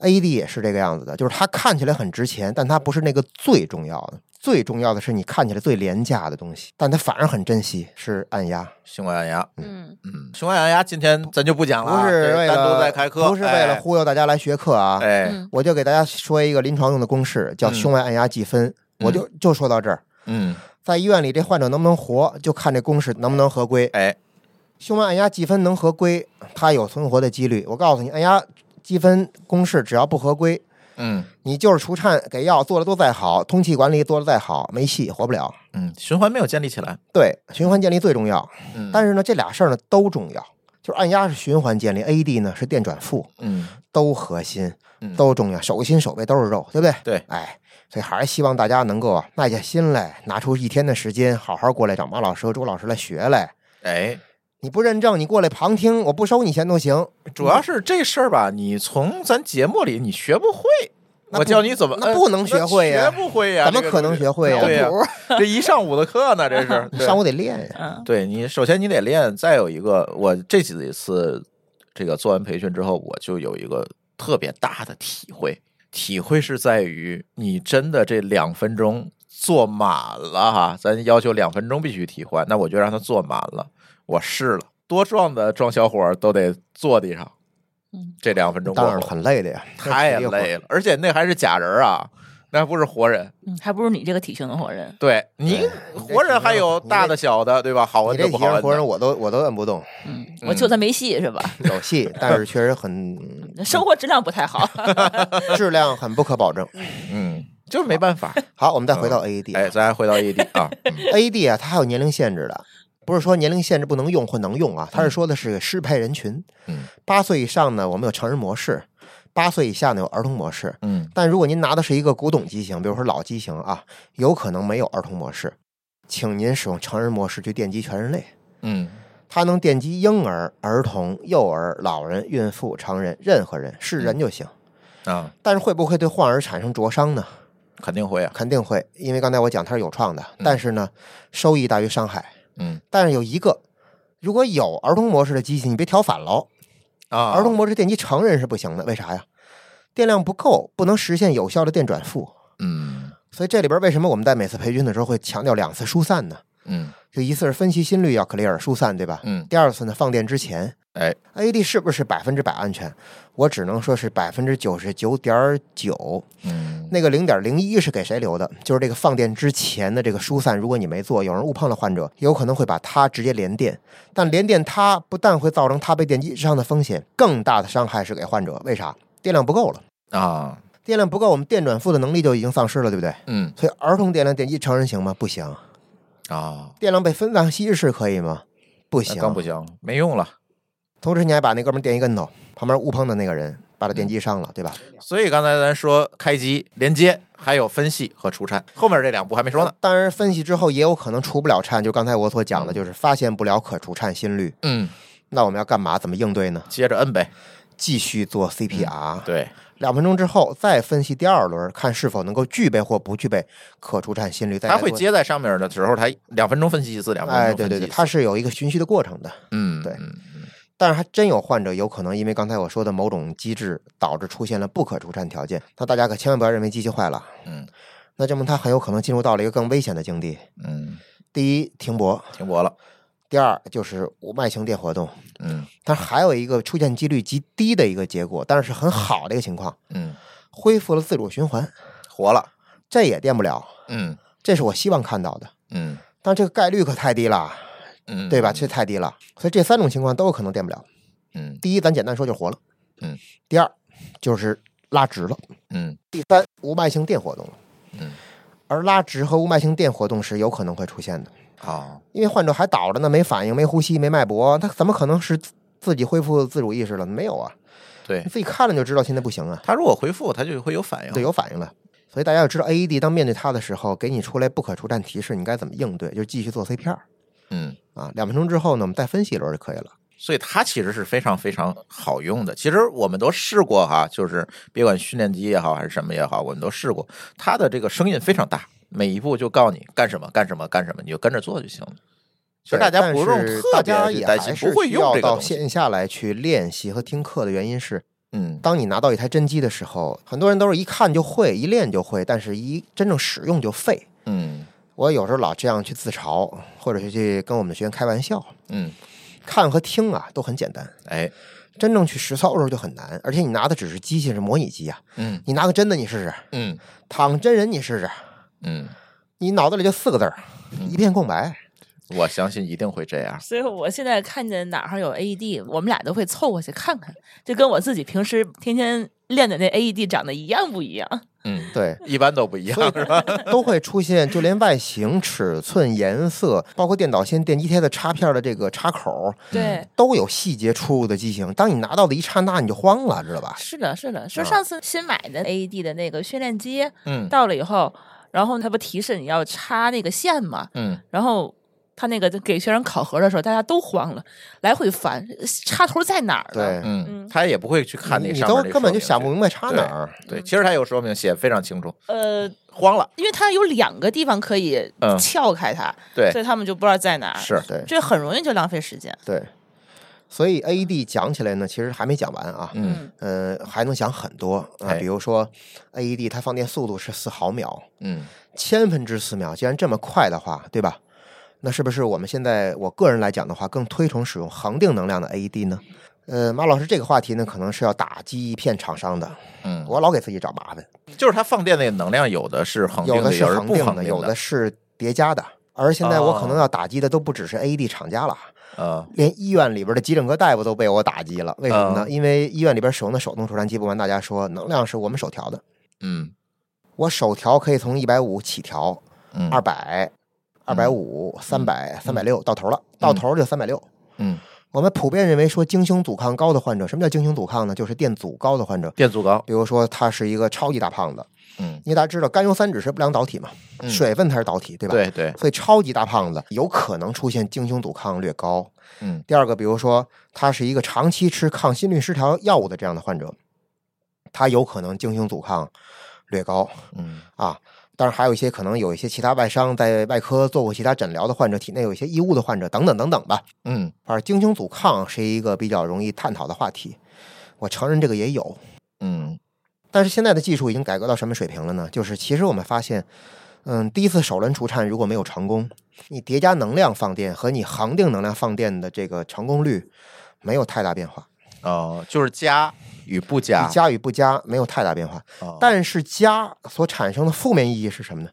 B: AD 也是这个样子的，就是它看起来很值钱，但它不是那个最重要的。最重要的是你看起来最廉价的东西，但它反而很珍惜，是按压，
A: 胸外按压，
C: 嗯，
A: 嗯，匈牙牙今天咱就不讲
B: 不
A: 了啊，
B: 是
A: 这
B: 为
A: 单独
B: 了
A: 再开课，
B: 不是为了忽悠大家来学课啊。
A: 哎，哎，
C: 嗯
B: 我就给大家说一个临床用的公式，叫
A: 嗯
B: 胸外按压计分。我就就说到这儿，
A: 嗯，
B: 在医院里这患者能不能活，就看这公式能不能合规。
A: 哎，
B: 胸外按压计分能合规，它有存活的几率。我告诉你，按压计分公式只要不合规，
A: 嗯
B: 你就是除颤给药做的多再好，通气管理做的再好，没戏，活不了。
A: 嗯，循环没有建立起来，
B: 对，循环建立最重要，
A: 嗯，
B: 但
A: 是
B: 是呢，这俩事儿呢都重要。就是按压是循环建立，AD 呢是电转负，
A: 嗯
B: 都核心
A: 嗯，
B: 都重要，手心手背都是肉，对不对？
A: 对，
B: 哎，所以还是希望大家能够啊耐下心来，拿出一天的时间，好好过来找马老师和周老师来学来。
A: 哎，
B: 你不认证，你过来旁听，我不收你钱都行。
A: 主要是这事儿吧，你从咱节目里你学不会。
B: 那
A: 我
B: 不
A: 教你怎么，
B: 那
A: 呃
B: 不能学会
A: 学
B: 呀
A: 不会呀，
B: 怎么
A: 啊这个
B: 可能
A: 东西
B: 学会呀
A: 对啊 呀，这一上午的课呢，这是
B: 你
A: 对
B: 上午得练呀。
C: 嗯
A: 对你，首先你得练，再有一个，我这几次这个做完培训之后，我就有一个特别大的体会，体会是在于你真的这两分钟做满了哈，咱要求两分钟必须替换，那我就让他做满了，我试了，多壮的壮小伙儿都得坐地上
C: 嗯，
A: 这两分钟过
B: 当然
A: 后
B: 很累的呀，
A: 太
B: 那体力活
A: 累了，而且那还是假人儿啊，那不是活人。
C: 嗯，还不如你这个体型的活人。
A: 对你活人还有大的小的，对吧？好闻
B: 你这
A: 的
B: 几
A: 不
B: 个
A: 好
B: 人活
A: 闻
B: 人
A: 的。
B: 我都我都摁不动，
C: 嗯，我就算没戏是吧？
B: 有戏，但是确实很
C: 生活质量不太好。
B: 质量很不可保 证。
A: 嗯，就是没办法。
B: 好，我们再回到 AED，、
A: 哎，咱还回到 AED 啊，嗯
B: AED 啊，它还有年龄限制的，不是说年龄限制不能用或能用啊，它是说的是适配人群。
A: 嗯，
B: 八岁以上呢，我们有成人模式；八岁以下呢，有儿童模式。
A: 嗯
B: 但如果您拿的是一个古董机型，比如说老机型啊，有可能没有儿童模式，请您使用成人模式去电击全人类。
A: 嗯
B: 它能电击婴儿、儿童、幼儿、老人、孕妇、成人，任何人是人就行。
A: 啊，
B: 但是会不会对患儿产生灼伤呢？
A: 肯定会啊。
B: 肯定会，因为刚才我讲它是有创的，但是呢，收益大于伤害。
A: 嗯
B: 但是有一个，如果有儿童模式的机器，你别调反喽。
A: 啊，
B: 儿童模式电机成人是不行的，为啥呀？电量不够，不能实现有效的电转负。
A: 嗯
B: 所以这里边为什么我们在每次培训的时候会强调两次疏散呢？
A: 嗯
B: 就一次是分析心率要 clear 疏散，对吧？
A: 嗯，
B: 第二次呢，放电之前
A: 哎，
B: ，AED 是不是百分之百安全？我只能说是百分之九十九点九。
A: 嗯
B: 那个零点零一是给谁留的？就是这个放电之前的这个疏散，如果你没做，有人误碰了患者，有可能会把它直接连电。但连电它不但会造成他被电击伤的风险，更大的伤害是给患者。为啥？电量不够了，
A: 啊，
B: 电量不够，我们电转负的能力就已经丧失了，对不对？
A: 嗯
B: 所以儿童电量电击成人行吗？不行。
A: 啊，
B: 电量被分散稀释可以吗？不
A: 那
B: 行。
A: 更不行，没用了。
B: 同时你还把那哥们儿电一跟头，旁边误碰的那个人把他电击伤了，对吧？
A: 所以刚才咱说开机、连接，还有分析和除颤，后面这两步还没说呢。
B: 当然，分析之后也有可能除不了颤，就刚才我所讲的，就是发现不了可除颤心率。
A: 嗯，
B: 那我们要干嘛？怎么应对呢？
A: 接着摁呗。
B: 继续做 CPR，、
A: 嗯对，
B: 两分钟之后再分析第二轮，看是否能够具备或不具备可除颤心率。再来
A: 它会
B: 做。
A: 接在上面的时候，它两分钟分析一次，两分钟
B: 哎，
A: 分析
B: 对对对，
A: 一次
B: 它是有一个循序的过程的。
A: 嗯
B: 对
A: 嗯嗯
B: 但是还真有患者有可能因为刚才我说的某种机制导致出现了不可除颤条件，那大家可千万不要认为机器坏了，
A: 嗯，
B: 那证明他很有可能进入到了一个更危险的境地。
A: 嗯，
B: 第一，停泊；
A: 停泊了。
B: 第二，就是无脉性电活动。
A: 嗯
B: 但是还有一个出现几率极低的一个结果，但是很好的一个情况，
A: 嗯，
B: 恢复了自主循环，
A: 活了。
B: 这也电不了，
A: 嗯
B: 这是我希望看到的。
A: 嗯
B: 但这个概率可太低了，
A: 嗯，
B: 对吧？这太低了，所以这三种情况都有可能电不了。
A: 嗯
B: 第一，咱简单说就是活了，
A: 嗯。
B: 第二，就是拉直了。
A: 嗯
B: 第三，无脉性电活动了。
A: 嗯。
B: 而拉直和无脉性电活动是有可能会出现的，
A: 啊
B: 因为患者还倒着呢，没反应、没呼吸、没脉搏，他怎么可能是自自己恢复自主意识了？没有啊，
A: 对
B: 你，自己看了就知道现在不行啊，
A: 它如果回复，它就会有反应。
B: 对，有反应了。所以大家要知道，AED 当面对它的时候，给你出来不可触战提示，你该怎么应对？就是继续做 CPR
A: 嗯，
B: 啊，两分钟之后呢，我们再分析一轮就可以了。
A: 所以它其实是非常非常好用的。其实我们都试过哈，就是别管训练机也好还是什么也好，我们都试过，它的这个声音非常大，每一步就告诉你干什么干什么干什么，你就跟着做就行了。其实大家
B: 对
A: 不用
B: 但是
A: 特
B: 大
A: 别
B: 家
A: 去
B: 也
A: 担
B: 还
A: 心，
B: 是
A: 不会
B: 需
A: 用
B: 要
A: 这个
B: 到
A: 东西。
B: 线下来去练习和听课的原因是，
A: 嗯
B: 当你拿到一台真机的时候，很多人都是一看就会，一练就会，但是一真正使用就废。
A: 嗯
B: 我有时候老这样去自嘲，或者是去跟我们的学员开玩笑。
A: 嗯，
B: 看和听啊都很简单，
A: 哎，
B: 真正去实操的时候就很难。而且你拿的只是机器，是模拟机啊，
A: 嗯
B: 你拿个真的你试试，
A: 嗯
B: 躺真人你试试，
A: 嗯，
B: 你脑子里就四个字儿，一片空白。
A: 我相信一定会这样。
C: 所以我现在看见哪儿有 AED，我们俩都会凑过去看看，就跟我自己平时天天练的那 AED 长得一样不一样？
A: 嗯，
B: 对，
A: 一般都不一样嗯是吧？
B: 都会出现，就连外形、尺寸、颜色，包括电导线、电极贴的插片的这个插口，
C: 对，
B: 都有细节出入的机型。当你拿到的一刹那，你就慌了，知道吧？
C: 是的，是的，说
A: 啊
C: 上次新买的 AED 的那个训练机
A: 嗯
C: 到了以后，然后它不提示你要插那个线嘛，
A: 嗯
C: 然后。他那个给学生考核的时候，大家都慌了，来回翻，插头在哪儿呢？
B: 对，
A: 嗯，他也不会去看
B: 你
A: 那
B: 你
A: 上面
B: 都
A: 那
B: 根本就
A: 说明
B: 想不
A: 去
B: 明白插哪儿。
A: 对，其实它有说明写得非常清楚，
C: 呃，
A: 慌了，
C: 因为它有两个地方可以
A: 嗯
C: 撬开它，
A: 对
C: 所，以他们就不知道在哪儿。
A: 是，
B: 对
C: 这很容易就浪费时间。
B: 对，所以 AED 讲起来呢，其实还没讲完啊。
A: 嗯
B: 呃，还能讲很多啊，
A: 哎
B: 比如说 AED 它放电速度是四毫秒，
A: 嗯
B: 千分之四秒，既然这么快的话，对吧？那是不是我们现在我个人来讲的话，更推崇使用恒定能量的 AED 呢？呃，马老师这个话题呢，可能是要打击一片厂商的。
A: 嗯，
B: 我老给自己找麻烦，
A: 就是它放电那个能量，有的是恒定
B: 有的是
A: 有的
B: 恒
A: 不
B: 定
A: 恒
B: 的，
A: 定
B: 有的是叠加的。而现在我可能
A: 哦
B: 要打击的都不只是 AED 厂家了，
A: 呃，
B: 连医院里边的急诊科大夫都被我打击了。为什么呢？
A: 嗯
B: 因为医院里边使用的手动除颤机，不瞒大家说，能量是我们手调的，
A: 嗯
B: 我手调可以从一百五起调，
A: 嗯，
B: 二百、二百五、三百、三百六到头了，到头就三百六。
A: 嗯
B: 我们普遍认为说，经胸阻抗高的患者，什么叫经胸阻抗呢？就是电阻高的患者，
A: 电阻高，
B: 比如说他是一个超级大胖子，
A: 嗯，
B: 因为大家知道甘油三酯是不良导体嘛，
A: 嗯
B: 水分它是导体，对吧？
A: 对对，
B: 所以超级大胖子有可能出现经胸阻抗略高。
A: 嗯
B: 第二个，比如说他是一个长期吃抗心律失调药物的这样的患者，他有可能经胸阻抗略高
A: 嗯
B: 啊。当然，还有一些可能有一些其他外伤，在外科做过其他诊疗的患者，体内有一些异物的患者等等等等吧。
A: 嗯
B: 而经胸阻抗是一个比较容易探讨的话题，我承认这个也有，
A: 嗯
B: 但是现在的技术已经改革到什么水平了呢？就是其实我们发现，嗯，第一次首轮除颤如果没有成功，你叠加能量放电和你恒定能量放电的这个成功率没有太大变化，
A: 哦，就是加与不加
B: 你，加与不加没有太大变化。
A: 啊哦
B: 但是加所产生的负面意义是什么呢？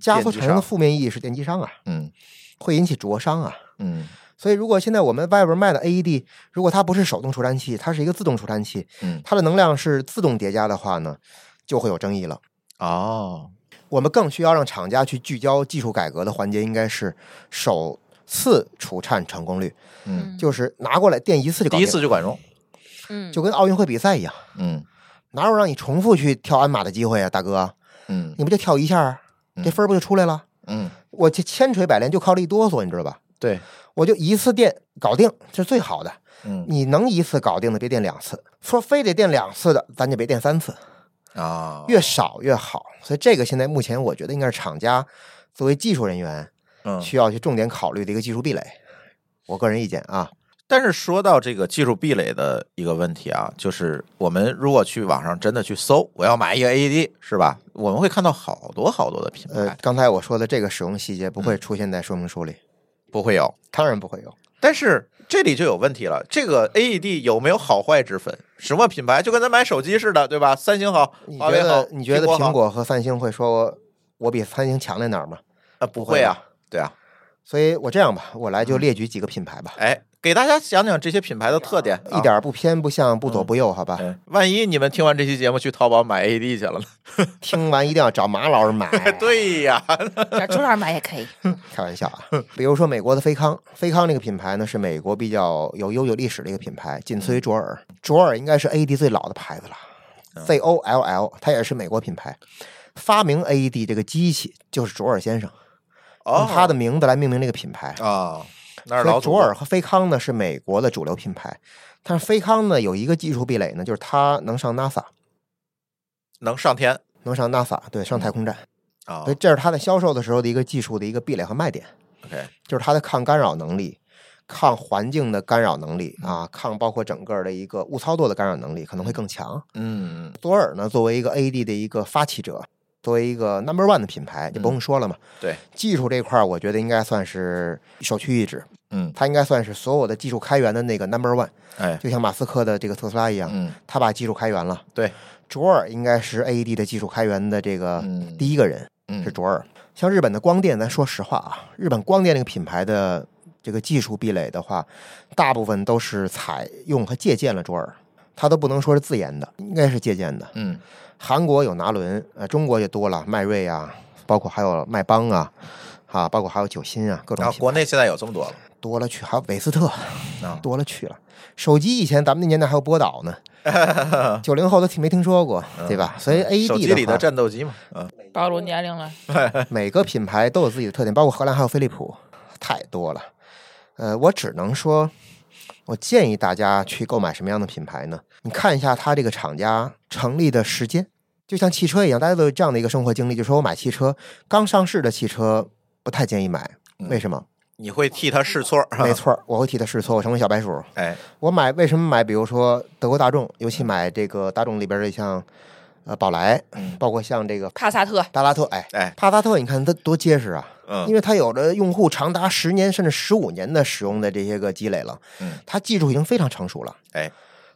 B: 加所产生的负面意义是电击伤啊，
A: 嗯
B: 会引起灼伤啊。
A: 嗯
B: 所以，如果现在我们外边卖的 AED，如果它不是手动除颤器，它是一个自动除颤器，
A: 嗯，
B: 它的能量是自动叠加的话呢，就会有争议了。
A: 哦，
B: 我们更需要让厂家去聚焦技术改革的环节，应该是首次除颤成功率，
A: 嗯，
B: 就是拿过来电一次就搞
A: 第
B: 定，
A: 一次就管用，
C: 嗯，
B: 就跟奥运会比赛一样，
A: 嗯
B: 哪有让你重复去跳鞍马的机会啊，大哥？
A: 嗯
B: 你不就跳一下儿，这分儿不就出来了？
A: 嗯，
B: 我这千锤百炼就靠这一哆嗦，你知道吧？
A: 对，
B: 我就一次电搞定，这是最好的。
A: 嗯
B: 你能一次搞定的，别电两次。说非得电两次的，咱就别电三次，
A: 啊，
B: 越少越好。所以这个现在目前我觉得应该是厂家作为技术人员
A: 嗯，
B: 需要去重点考虑的一个技术壁垒。我个人意见啊，
A: 但是说到这个技术壁垒的一个问题啊，就是我们如果去网上真的去搜，我要买一个 AED 是吧？我们会看到好多好多的品牌，
B: 呃，刚才我说的这个使用细节
A: 嗯
B: 不会出现在说明书里，
A: 不会有。
B: 当然不会有。
A: 但是这里就有问题了，这个 AED 有没有好坏之分？什么品牌就跟咱买手机似的，对吧？三星好
B: 你，
A: 华为
B: 觉
A: 好
B: 得，你觉得
A: 好
B: 苹果和三星会说我我比三星强在哪儿吗？
A: 啊不会啊？对啊，
B: 所以我这样吧，我
A: 嗯
B: 来就列举几个品牌吧，
A: 哎，给大家讲讲这些品牌的特点，
B: 一点儿不偏不向，不左
A: 嗯
B: 不右，好吧
A: 啊。？哎万一你们听完这期节目去淘宝买 AED 去了呢？，
B: 听完一定要找马老师买
A: 对呀，
C: 找朱老师买也可以。
B: 开玩笑啊。比如说美国的菲康，菲康这个品牌呢是美国比较有悠久历史的一个品牌，仅
A: 嗯
B: 次于卓尔。卓尔应该是 AED 最老的牌子
A: 嗯
B: 了，Z O L L，它也是美国品牌。发明 AED 这个机器就是卓尔先生，
A: 哦
B: 用，他的名字来命名这个品牌。
A: 啊，那是
B: 所
A: 老
B: 以
A: 祖
B: 卓
A: 宗
B: 尔和菲康呢是美国的主流品牌，但是菲康呢有一个技术壁垒呢，就是它能上 NASA，
A: 能上天
B: 能上 NASA，对，
A: 嗯
B: 上太空站。
A: 啊
B: 所以这是它在销售的时候的一个技术的一个壁垒和卖点。
A: ，OK，
B: 就是它的抗干扰能力、抗环境的干扰能
A: 嗯
B: 力啊，抗包括整个的一个误操作的干扰能力可能会更强。
A: 嗯
B: 索尔呢，作为一个 AED 的一个发起者，作为一个 Number One 的品牌，就不用说了嘛。
A: 嗯对，
B: 技术这块儿，我觉得应该算是首屈一指，
A: 嗯，
B: 它应该算是所有的技术开源的那个 Number One，
A: 哎，
B: 就像马斯克的这个特斯拉一样，
A: 嗯，
B: 他把技术开源了。
A: 对，
B: 卓尔应该是 AED 的技术开源的这个
A: 嗯
B: 第一个人。
A: 嗯
B: 是，卓尔。像日本的光电，咱说实话啊，日本光电这个品牌的这个技术壁垒的话，大部分都是采用和借鉴了卓尔，它都不能说是自研的，应该是借鉴的。
A: 嗯
B: 韩国有拿伦，呃，中国就多了，迈锐啊，包括还有迈邦啊，啊，包括还有九芯啊，各种
A: 然后
B: 品牌
A: 国内现在有这么多了
B: 多了去，还有韦斯特
A: 啊，
B: 多了去了。手机以前咱们那年代还有波 导呢，九零后都听没听说过，对吧？所以
A: 嗯
B: AED
A: 手机里
B: 的话
A: 的战斗机嘛，嗯
C: 暴露年龄了，
B: 每个品牌都有自己的特点，包括荷兰还有飞利浦，太多了。呃，我只能说，我建议大家去购买什么样的品牌呢？你看一下它这个厂家成立的时间，就像汽车一样，大家都有这样的一个生活经历，就说我买汽车，刚上市的汽车不太建议买，
A: 嗯
B: 为什么？
A: 你会替他试错，
B: 没，错儿，我会替它试错，我成为小白鼠。
A: 哎，
B: 我买为什么买？比如说德国大众，尤其买这个大众里边的像呃宝来
A: 嗯，
B: 包括像这个
C: 帕萨特，
B: 帕拉特，哎
A: 哎
B: 帕萨特，你看它多结实啊！
A: 嗯
B: 因为它有着用户长达十年甚至十五年的使用的这些个积累了，
A: 嗯，
B: 它技术已经非常成熟了。
A: 哎，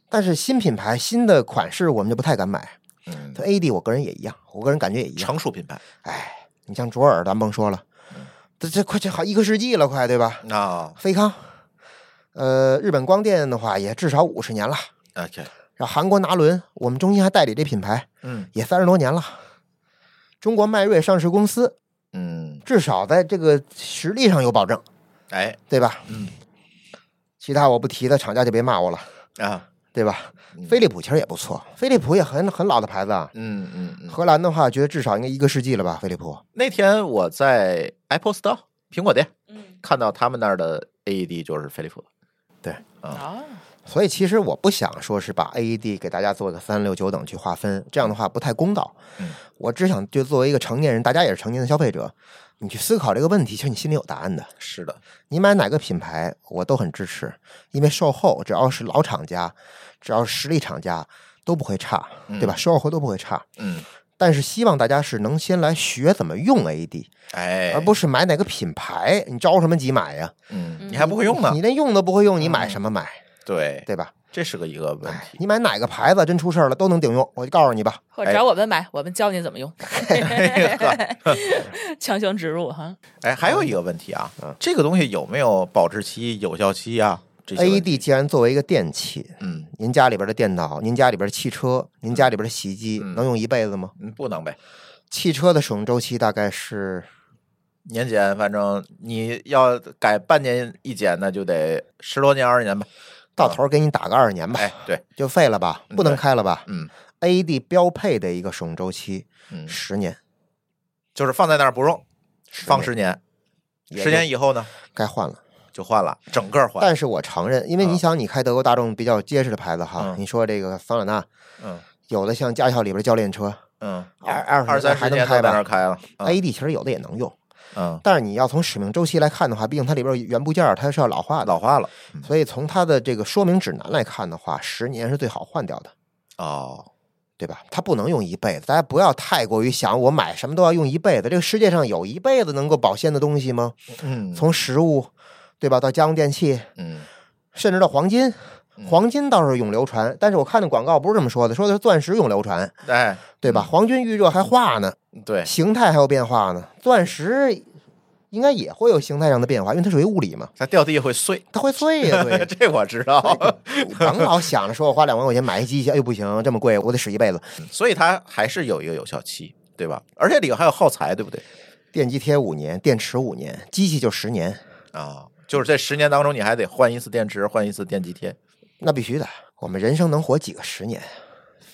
B: 但是新品牌、新的款式，我们就不太敢买。
A: 嗯
B: 它，AD，我个人也一样，我个人感觉也一样。
A: 成嗯熟品牌
B: 哎，你像卓尔，咱甭说了，这这快这好一个世纪了，快对吧？
A: 啊
B: 飞康，呃，日本光电的话也至少五十年了。
A: ，OK，
B: 然后韩国拿伦，我们中心还代理这品牌
A: 嗯
B: 也三十多年了。中国迈瑞上市公司
A: 嗯，
B: 至少在这个实力上有保证，
A: 哎，
B: 对吧？
A: 嗯，
B: 其他我不提的，厂家就别骂我了，
A: 啊，
B: 对吧
A: 嗯？
B: 飞利浦其实也不错，飞利浦也很很老的牌子啊。
A: 嗯嗯嗯。
B: 荷兰的话，觉得至少应该一个世纪了吧？飞利浦，
A: 那天我在 Apple Store 苹果店
C: 嗯
A: 看到他们那儿的 AED 就是飞利浦的，
C: 啊，
B: 所以其实我不想说是把 AED 给大家做个三六九等去划分，这样的话不太公道。
A: 嗯
B: 我只想就作为一个成年人，大家也是成年的消费者，你去思考这个问题，其实你心里有答案的。
A: 是的，
B: 你买哪个品牌，我都很支持，因为售后只要是老厂家，只要是实力厂家都不会差，对吧？售后都不会差。
A: 嗯，
B: 但是希望大家是能先来学怎么用 AED，
A: 哎，
B: 啊而不是买哪个品牌，你着什么急买呀？
A: 嗯，你
C: 嗯
A: 还不会用呢
B: 你，连用都不会用，你买什么买，
A: 对，
B: 对吧？
A: 这是个一个问
B: 哎
A: 题。
B: 你买哪个牌子真出事儿了都能顶用，我就告诉你吧。
C: 或
A: 哎
C: 者找我们买，我们教你怎 么用， 强行植入哈。
A: 哎，还
B: 嗯
A: 有一个问题啊，这个东西有没有保质期、有效期啊？这些问题
B: AED 既然作为一个电器，
A: 嗯
B: 您家里边的电脑、您家里边的汽车、您家里边的洗衣机
A: 嗯
B: 能用一辈子吗？
A: 嗯，不能呗。
B: 汽车的使用周期大概是
A: 年检，反正你要改半年一检，那就得十多年、二十年吧。
B: 到头儿给你打个二十年吧，
A: 哎，对，
B: 就废了吧，
A: 嗯
B: 不能开了吧。
A: 嗯
B: AED 标配的一个使用周期
A: 嗯，
B: 十年，
A: 就是放在那儿不用，放十年，
B: 也
A: 十年
B: 就
A: 以后呢
B: 该换了。
A: 就换了，整个换。
B: 但是我承认，因为
A: 啊
B: 你想，你开德国大众比较结实的牌子哈，
A: 嗯
B: 你说这个桑塔纳，
A: 嗯
B: 有的像驾校里边教练车、
A: 嗯，
B: 二二十
A: 二三
B: 还
A: 十
B: 能
A: 年
B: 开
A: 都在
B: 吧哎
A: 那儿开了。嗯
B: AED 其实有的也能用，
A: 嗯，
B: 但是你要从使命周期来看的话，毕竟它里边原部件儿它是要老化的，
A: 老化了。
B: 所以从它的这个说明指南来看的话，十年是最好换掉的，
A: 哦，
B: 对吧？它不能用一辈子，大家不要太过于想我买什么都要用一辈子。这个世界上有一辈子能够保鲜的东西吗？
A: 嗯
B: 从食物，对吧，到家用电器，
A: 嗯
B: 甚至到黄金
A: 嗯。
B: 黄金倒是永流传，但是我看的广告不是这么说的，说的是钻石永流传，
A: 哎，
B: 对吧？黄金遇热还化呢，
A: 对，
B: 形态还有变化呢。钻石应该也会有形态上的变化，因为它属于物理嘛，
A: 它掉地下会碎，
B: 它会碎呀、对呀
A: 这我知道。
B: 你甭老想着说我花两万块钱买一机器，哎呦不行，这么贵，我得使一辈子。
A: 所以它还是有一个有效期，对吧？而且里头还有耗材，对不对？
B: 电极贴五年，电池五年，机器就十年，
A: 啊，就是这十年当中，你还得换一次电池，换一次电极贴，
B: 那必须的。我们人生能活几个十年，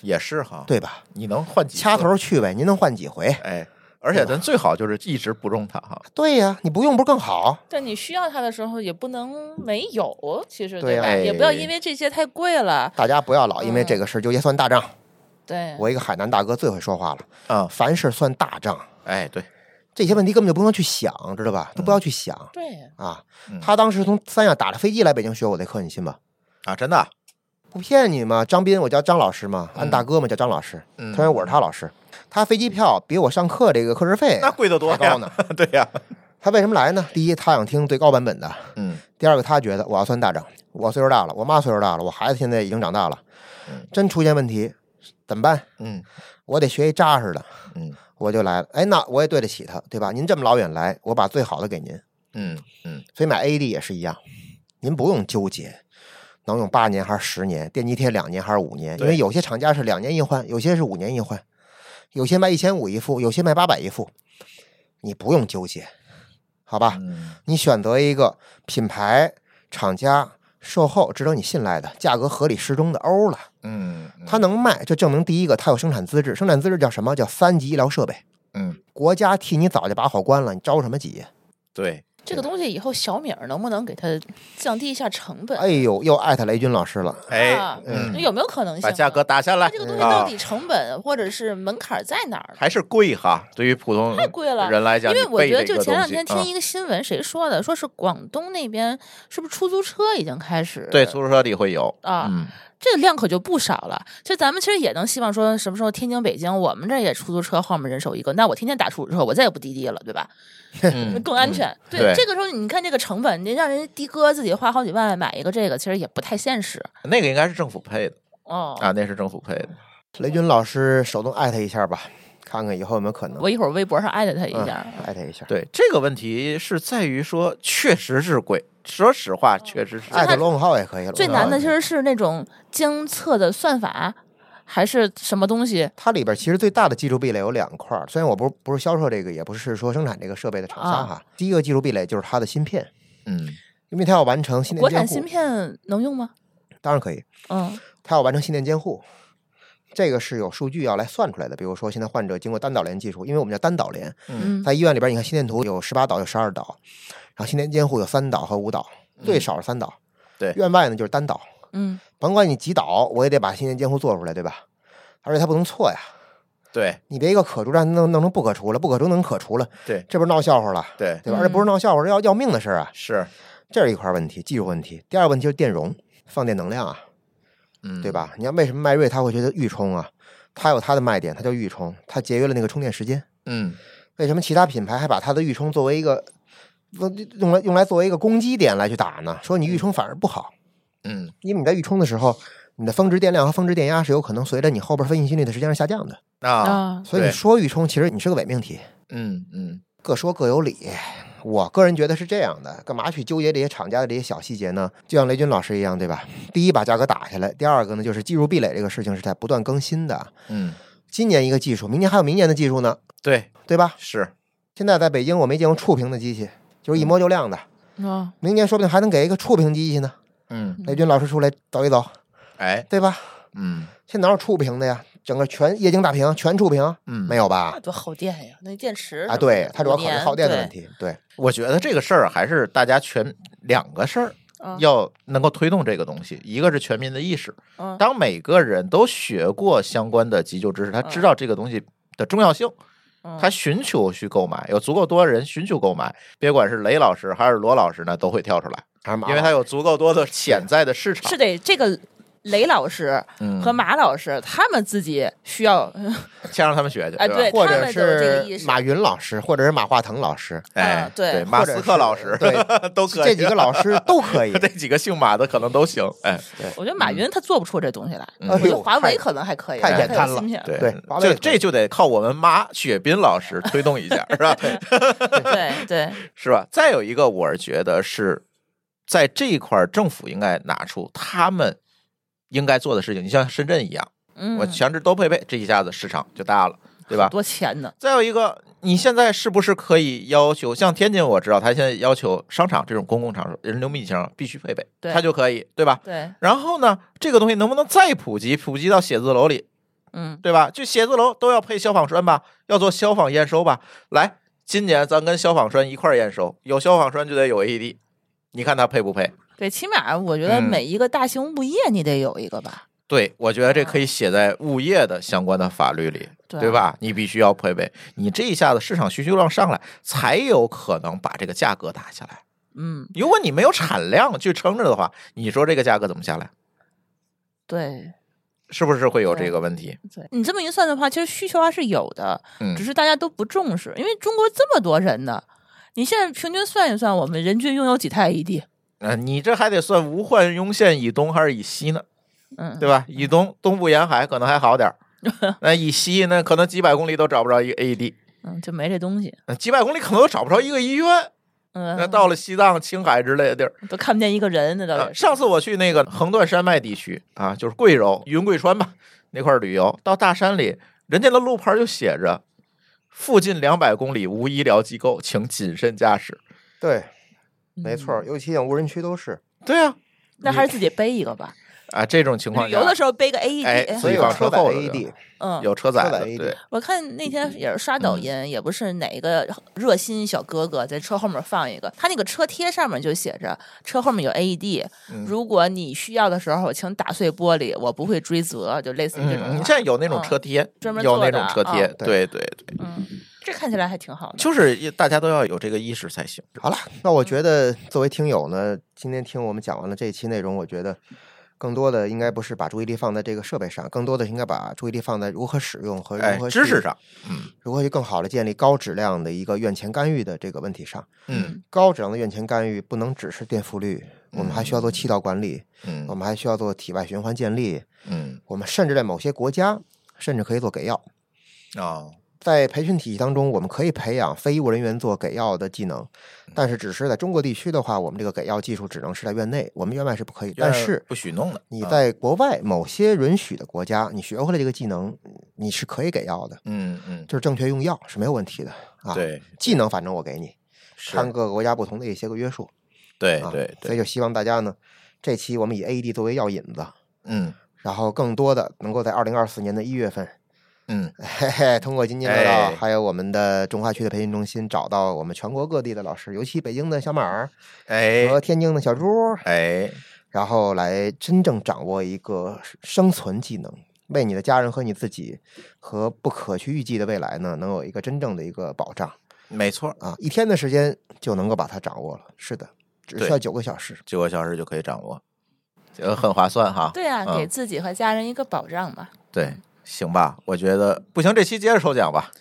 A: 也是哈。，
B: 对吧？
A: 你能换几次
B: 掐头？去尾，您能换几回？
A: 哎，而且咱最好就是一直不用它哈。
B: 对呀、你不用不是更好？
C: 但你需要它的时候，也不能没有，其实
B: 对
C: 吧？
B: 呀
A: 哎
C: 也不要因为这些太贵了，
B: 大家不要老因为这个事儿纠结算大账。
A: 嗯
C: 对，
B: 我一个海南大哥最会说话了，
A: 啊，
B: 凡事算大账，
A: 哎，对，
B: 这些问题根本就不能去想，知道吧？都不要去想
C: 对，
B: 啊
A: 嗯！
B: 他当时从三亚打着飞机来北京学我这课，你信吗？
A: 啊，真的啊，
B: 不骗你嘛，张斌，我叫张老师嘛，俺大哥嘛叫张老师，
A: 嗯
B: 虽然我是他老师，他飞机票比我上课这个课时费
A: 那贵得多
B: 还高呢
A: 呀。 对呀，
B: 他为什么来呢？第一，他想听最高版本的；
A: 嗯
B: 第二个，他觉得我要算大账，我岁数大了，我妈岁数大了，我孩子现在已经长大了
A: 嗯，
B: 真出现问题怎么办？
A: 嗯
B: 我得学一扎实的，
A: 嗯
B: 我就来了。哎，那我也对得起他，对吧？您这么老远来，我把最好的给您。
A: 嗯嗯，
B: 所以买 AED 也是一样，您不用纠结能用八年还是十年，电极贴两年还是五年，因
A: 对
B: 为有些厂家是两年一换，有些是五年一换，有些卖一千五一副，有些卖八百一副，你不用纠结，好吧？
A: 嗯
B: 你选择一个品牌、厂家、售后值得你信赖的，价格合理适中的欧了，
A: 嗯，嗯
B: 它能卖，这证明第一个它有生产资质，生产资质叫什么？叫三级医疗设备。
A: 嗯，
B: 国家替你早就把好关了，你着什么急？
A: 对，
C: 这个东西以后小米儿能不能给它降低一下成本？
B: 哎呦，又艾特雷军老师了。
A: 哎
C: 啊，
A: 嗯，
C: 有没有可能性
A: 把
C: 啊？
A: 价格打下来，
C: 这个东西
A: 啊
C: 到底成本或者是门槛在哪儿呢？
A: 还是贵哈，对于普通
C: 太贵了
A: 人来讲，
C: 因为
A: 你
C: 我
A: 备
C: 觉得
A: 这
C: 就
A: 个
C: 前
A: 东
C: 两
A: 西
C: 天
A: 啊
C: 听一个新闻，谁说的？说是广东那边是不是出租车已经开始
A: 对出租车里会有
C: 啊
A: 嗯
C: 这个量可就不少了。其实咱们其实也能希望说，什么时候天津、北京，我们这儿也出租车后面人手一个，那我天天打出租车，我再也不滴滴了，对吧？
A: 嗯
C: 更安全。对，
A: 对
C: 这个时候你看这个成本，你让人的哥自己花好几万买一个这个，其实也不太现实。
A: 那个应该是政府配的
C: 哦，
A: 啊，那是政府配的。
B: 雷军老师手动艾特一下吧，看看以后有没有可能。
C: 我一会儿微博上艾特他一下。
B: 嗯艾特一下，
A: 对这个问题是在于说，确实是贵。说实
B: 哦
A: 话，确实是
B: 艾特罗永浩也可以了。
C: 最难的
B: 嗯
C: 其实是那种监测的算法，还是什么东西
B: 它里边其实最大的技术壁垒有两块儿，虽然我不是不是销售这个，也不是说生产这个设备的厂商哈。
C: 啊
B: 第一个技术壁垒就是它的芯片，
A: 嗯，
B: 因为它要完成心
C: 国
B: 电监
C: 产
B: 护，
C: 芯片能用吗？
B: 当然可以，
C: 嗯，
B: 它要完成心电监护，这个是有数据要来算出来的。比如说现在患者经过单导联技术，因为我们叫单导联，
C: 嗯
B: 在医院里边你看心电图有十八导有十二导，然后心电监护有三导和五导，最少是三导。
A: 嗯对
B: 院外呢就是单导，
C: 嗯，
B: 甭管你几导，我也得把心电监护做出来，对吧？而且它不能错呀。
A: 对
B: 你别一个可除让弄弄成不可除了，不可除弄可除了，
A: 对
B: 这不是闹笑话了，
A: 对，
B: 对吧？而且不是闹笑话，是要要命的事儿啊！
A: 是，
B: 这是一块问题，技术问题。第二个问题就是电容，放电能量啊，
A: 嗯，
B: 对？吧？你看为什么迈锐它会觉得预充啊？它有它的卖点，它叫预充，它节约了那个充电时间。
A: 嗯，
B: 为什么其他品牌还把它的预充作为一个用来用来作为一个攻击点来去打呢？说你预充反而不好，
A: 嗯，
B: 因为你在预充的时候，你的峰值电量和峰值电压是有可能随着你后边分析心率的时间而下降的。
A: 啊，
C: 啊，
B: 所以你
A: 对
B: 说预充，其实你是个伪命题。
A: 嗯嗯
B: 各说各有理。我个人觉得是这样的，干嘛去纠结这些厂家的这些小细节呢？就像雷军老师一样，对吧？第一，把价格打下来；第二个呢，就是技术壁垒这个事情是在不断更新的。
A: 嗯，
B: 今年一个技术，明年还有明年的技术呢，
A: 对，
B: 对吧？
A: 是，
B: 现在在北京我没见过触屏的机器，就是一
C: 嗯
B: 摸就亮的。
C: 啊，
B: 明年说不定还能给一个触屏机器呢。
A: 嗯，
B: 雷军老师出来走一走，
A: 哎，
B: 对吧？
A: 嗯
B: 现在哪有触屏的呀？整个全液晶大屏全触屏，
A: 嗯，
B: 没有吧
C: 那？啊多耗电呀，那电池
B: 啊，对，它主要考
C: 五
B: 虑
C: 年
B: 耗电的问
C: 对
B: 题。对，
A: 我觉得这个事儿还是大家全两个事儿
B: 哦
C: 嗯
A: 要能够推动这个东西，一个是全民的意识，
C: 嗯
A: 当每个人都学过相关的急救知识，他
B: 哦
A: 知道这个东西的重要性，
C: 嗯
A: 他寻求去购买，有足够多人寻求购买，别管是雷老师还是罗老师呢，都会跳出来，
B: 还是马
A: 因为
B: 老
A: 他有足够多的潜在的市场
C: 是。得这个雷老师
A: 嗯，
C: 和马老师他们自己需要，
A: 先让他们学去，
C: 哎
A: 对吧
C: 对
B: 或
C: 他
B: 者
C: 们就有这个意
B: 是
C: 识
B: 马云老师，或者是马化腾老师，
A: 哎
C: 啊，对或者
A: 马斯
B: 是
A: 克老师
B: 对
A: 都可以，
B: 这几个老师都 可以。
A: 这几个姓马的可能都行，哎，
C: 我觉得马云他啊做不出这东西来，
A: 嗯
C: 我
B: 哎
C: 觉得
B: 呦
C: 华为
B: 太
C: 可能还可以，
B: 太
C: 他
B: 简
C: 有
B: 单了
C: 芯片
A: 对
B: 对华为
A: 这
B: 也可以
A: 这就得靠我们马雪斌老 师推动一下，是吧？
C: 对对，
A: 是吧？再有一个，我是觉得是在这一块，儿，政府应该拿出他们应该做的事情。你像深圳一样，
C: 嗯，
A: 我强制都配备，这一下子市场就大了，对吧？
C: 多钱呢？
A: 再有一个，你现在是不是可以要求，像天津，我知道他现在要求商场这种公共场所人流密集场必须配备，
C: 对
A: 他就可以，对吧？
C: 对，
A: 然后呢，这个东西能不能再普及，普及到写字楼里，
C: 嗯
A: 对吧？就写字楼都要配消防栓吧，要做消防验收吧。来，今年咱跟消防栓一块儿验收，有消防栓就得有 AED，你看它配不配？
C: 对，起码我觉得
A: 嗯
C: 每一个大型物业你得有一个吧，
A: 对，我觉得这
C: 嗯
A: 可以写在物业的相关的法律里，
C: 对啊
A: 对吧？你必须要配备，你这一下子市场需求量上来，才有可能把这个价格打下来。
C: 嗯，
A: 如果你没有产量去撑着的话，你说这个价格怎么下来？
C: 对
A: 是不是会有这
C: 对
A: 个问题？
C: 对，你这么一算的话，其实需求还是有的，
A: 嗯
C: 只，是大家都不重视，因为中国这么多人呢，你现在平均算一算，我们人均拥有几台 AED？
A: 呃，你这还得算无患雍县以东还是以西呢？
C: 嗯，
A: 对吧？以东东部沿海可能还好 点儿，那以西那可能几百公里都找不着一个 AED，
C: 嗯，就没这东西，
A: 呃几百公里可能都找不着一个医院。那
C: 嗯，
A: 到了西藏、青海之类的地儿，
C: 都看不见一个人，那倒
A: 呃
C: 是，
A: 上次我去那个横断山脉地区啊，就是贵州云贵川吧那块儿旅游，到大山里，人家的路牌就写着。附近两百公里无医疗机构，请谨慎驾驶。
B: 对，
C: 嗯
B: 没错儿，尤其像无人区都是。
A: 对啊，
C: 那还是自己背一个 吧。
A: 啊，这种情况
C: 旅游的
A: 下
C: 时候背个
A: 哎
C: AED，
A: 所
B: 所
A: 以
B: 以
C: 哎
A: 往
B: 有
A: 车
B: 车载 E
A: 后头就
B: AED，
C: 嗯，
A: 有车载
B: 车载
A: 的，
B: AED
A: 对，
C: 我看那天也是刷抖音，也不是哪个热心小哥哥在车后面放一个，他那个车贴上面就写着车后面有 AED，
A: 嗯
C: 如果你需要的时候，请打碎玻璃，我不会追责，就类似于这种
A: 嗯，
C: 话。
A: 现在有那种
C: 嗯
A: 车贴，
C: 专门
A: 有
C: 做
A: 那
C: 的
A: 种车贴，
C: 嗯
A: 对对对，
C: 嗯，这看起来还挺好的。
A: 就是一大家都要有这个意识才行。
B: 好了，那我觉得作为听友呢，今天听我们讲完了这一期内容，我觉得更多的应该不是把注意力放在这个设备上，更多的应该把注意力放在如何使用和
A: 哎
B: 如何，
A: 知
B: 去
A: 识，上，嗯
B: 如何去更好的建立高质量的一个院前干预的这个问题上。
A: 嗯
B: 高质量的院前干预不能只是垫付率，我们还需要做气道管理，我
A: 嗯
B: 们还需要做体外循环建立，
A: 嗯
B: 我们甚至在某些国家，甚至可以做给药。
A: 哦，
B: 在培训体系当中，我们可以培养非医务人员做给药的技能，
A: 嗯
B: 但是只是在中国地区的话，我们这个给药技术只能是在院内，我们院外是不可以。但是
A: 不许弄的，
B: 你
A: 啊
B: 在国外某些允许的国家，你学会了这个技能，你是可以给药的，
A: 嗯嗯
B: 就是正确用药是没有问题的啊。，
A: 对
B: 技能反正我给你，
A: 是
B: 看各个国家不同的一些个约束
A: 对
B: 啊。
A: 对
B: 所以
A: 对
B: 就希望大家呢，这期我们以 AED 作为药引子，
A: 嗯
B: 然后更多的能够在二零二四年的一月份
A: 嗯
B: 嘿嘿， 通过津津乐道，
A: 哎
B: 还有我们的中华区的培训中心，找到我们全国各地的老师，尤其北京的小马儿
C: 呃
A: 哎
B: 和天津的小朱，
A: 哎
B: 然后来真正掌握一个生存技能，为你的家人和你自己和不可去预计的未来呢，能有一个真正的一个保障
A: 没错，
B: 啊！一天的时间就能够把它掌握了，是的，只需
A: 对
B: 要九个小时。
A: 九个小时就可以掌握，这个很划算哈。
C: 对啊，
A: 嗯
C: 给自己和家人一个保障嘛。
A: 对，行吧，我觉得不行，这期接着抽奖吧，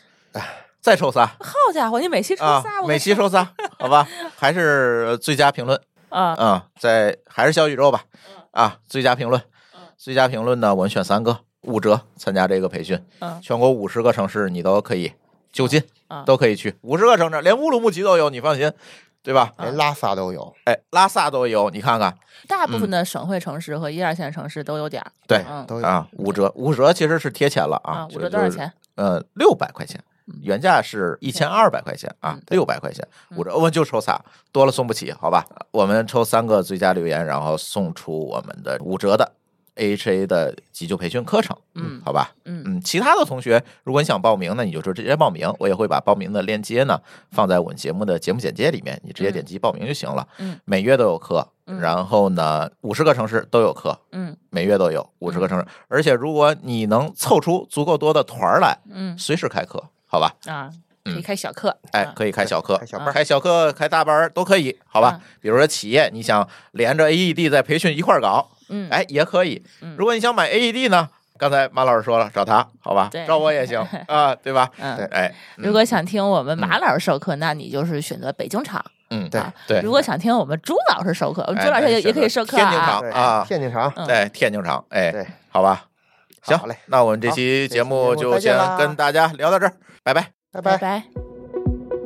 A: 再抽仨
C: 好家伙，你每期抽
A: 啊
C: 仨，，我
A: 每期抽仨，好吧，还是最佳评论
C: 啊，嗯
A: 啊，在还是小宇宙吧，啊，最佳评论，最佳评论呢，我们选三个，五折参加这个培训，
C: 嗯
A: 全国五十个城市你都可以就近
C: 啊
A: 都可以去，五十个城市连乌鲁木齐都有，你放心，对吧？
C: 嗯
B: 连拉萨都有，
A: 哎，拉萨都有，你看看，
C: 大
A: 嗯
C: 部分的省会城市和一二线城市都有点儿。
A: 对
C: 嗯
B: 都有
A: 啊，五折，五折其实是贴钱了啊
C: 啊，，
A: 就
C: 五折多少？
A: 就是
C: 钱？
A: 呃，六百块钱，原价是一千二百块钱啊
C: 嗯，啊
A: 六百块钱五折，我们就抽仨，多了送不起，好吧？我们抽三个最佳留言，然后送出我们的五折的 H A 的急救培训课程，
C: 嗯
A: 好吧？
C: 嗯
A: 嗯，其他的同学，如果你想报名呢，你就直接报名，我也会把报名的链接
C: 嗯
A: 呢放在我们节目的节目简介里面，你直接点击报名就行了。
C: 嗯，
A: 每月都有课，
C: 嗯
A: 然后呢，五十个城市都有课，
C: 嗯
A: 每月都有五十个城市，而且如果你能凑出足够多的团儿来，
C: 嗯
A: 随时开课，好吧？
C: 啊，可
A: 嗯
C: 以开小课。
A: 哎
C: 啊，
A: 可以开小课，
B: 开小班儿
A: 开小课、开大班儿都可以，好吧
C: 啊？
A: 比如说企业，你想连着 AED 在培训一块儿搞，
C: 嗯，
A: 哎，也可以
C: 嗯。
A: 如果你想买 AED 呢，刚才马老师说了，找他，好吧
C: 对？
A: 找我也 行啊，对吧？
C: 嗯
B: 对
A: 哎，嗯
C: 如果想听我们马老师授课，那你就是选择北京场；
A: 嗯，
B: 对
A: 啊对，
C: 如果想听我们朱老师授课，我们朱老师
A: 哎
C: 也也可以
A: 选
C: 授
A: 择
C: 课
A: 天津
C: 啊
A: 场。
B: 对
A: 啊
B: 天津场，
C: 嗯
A: 对，天津场，哎，
B: 对，
A: 好吧？行
B: 好嘞，
A: 那我们这期
B: 好
A: 节目
B: 这期节
A: 就
B: 目再见
A: 先
B: 啦
A: 跟大家聊到这儿，拜拜。
B: 拜拜。
C: 拜拜。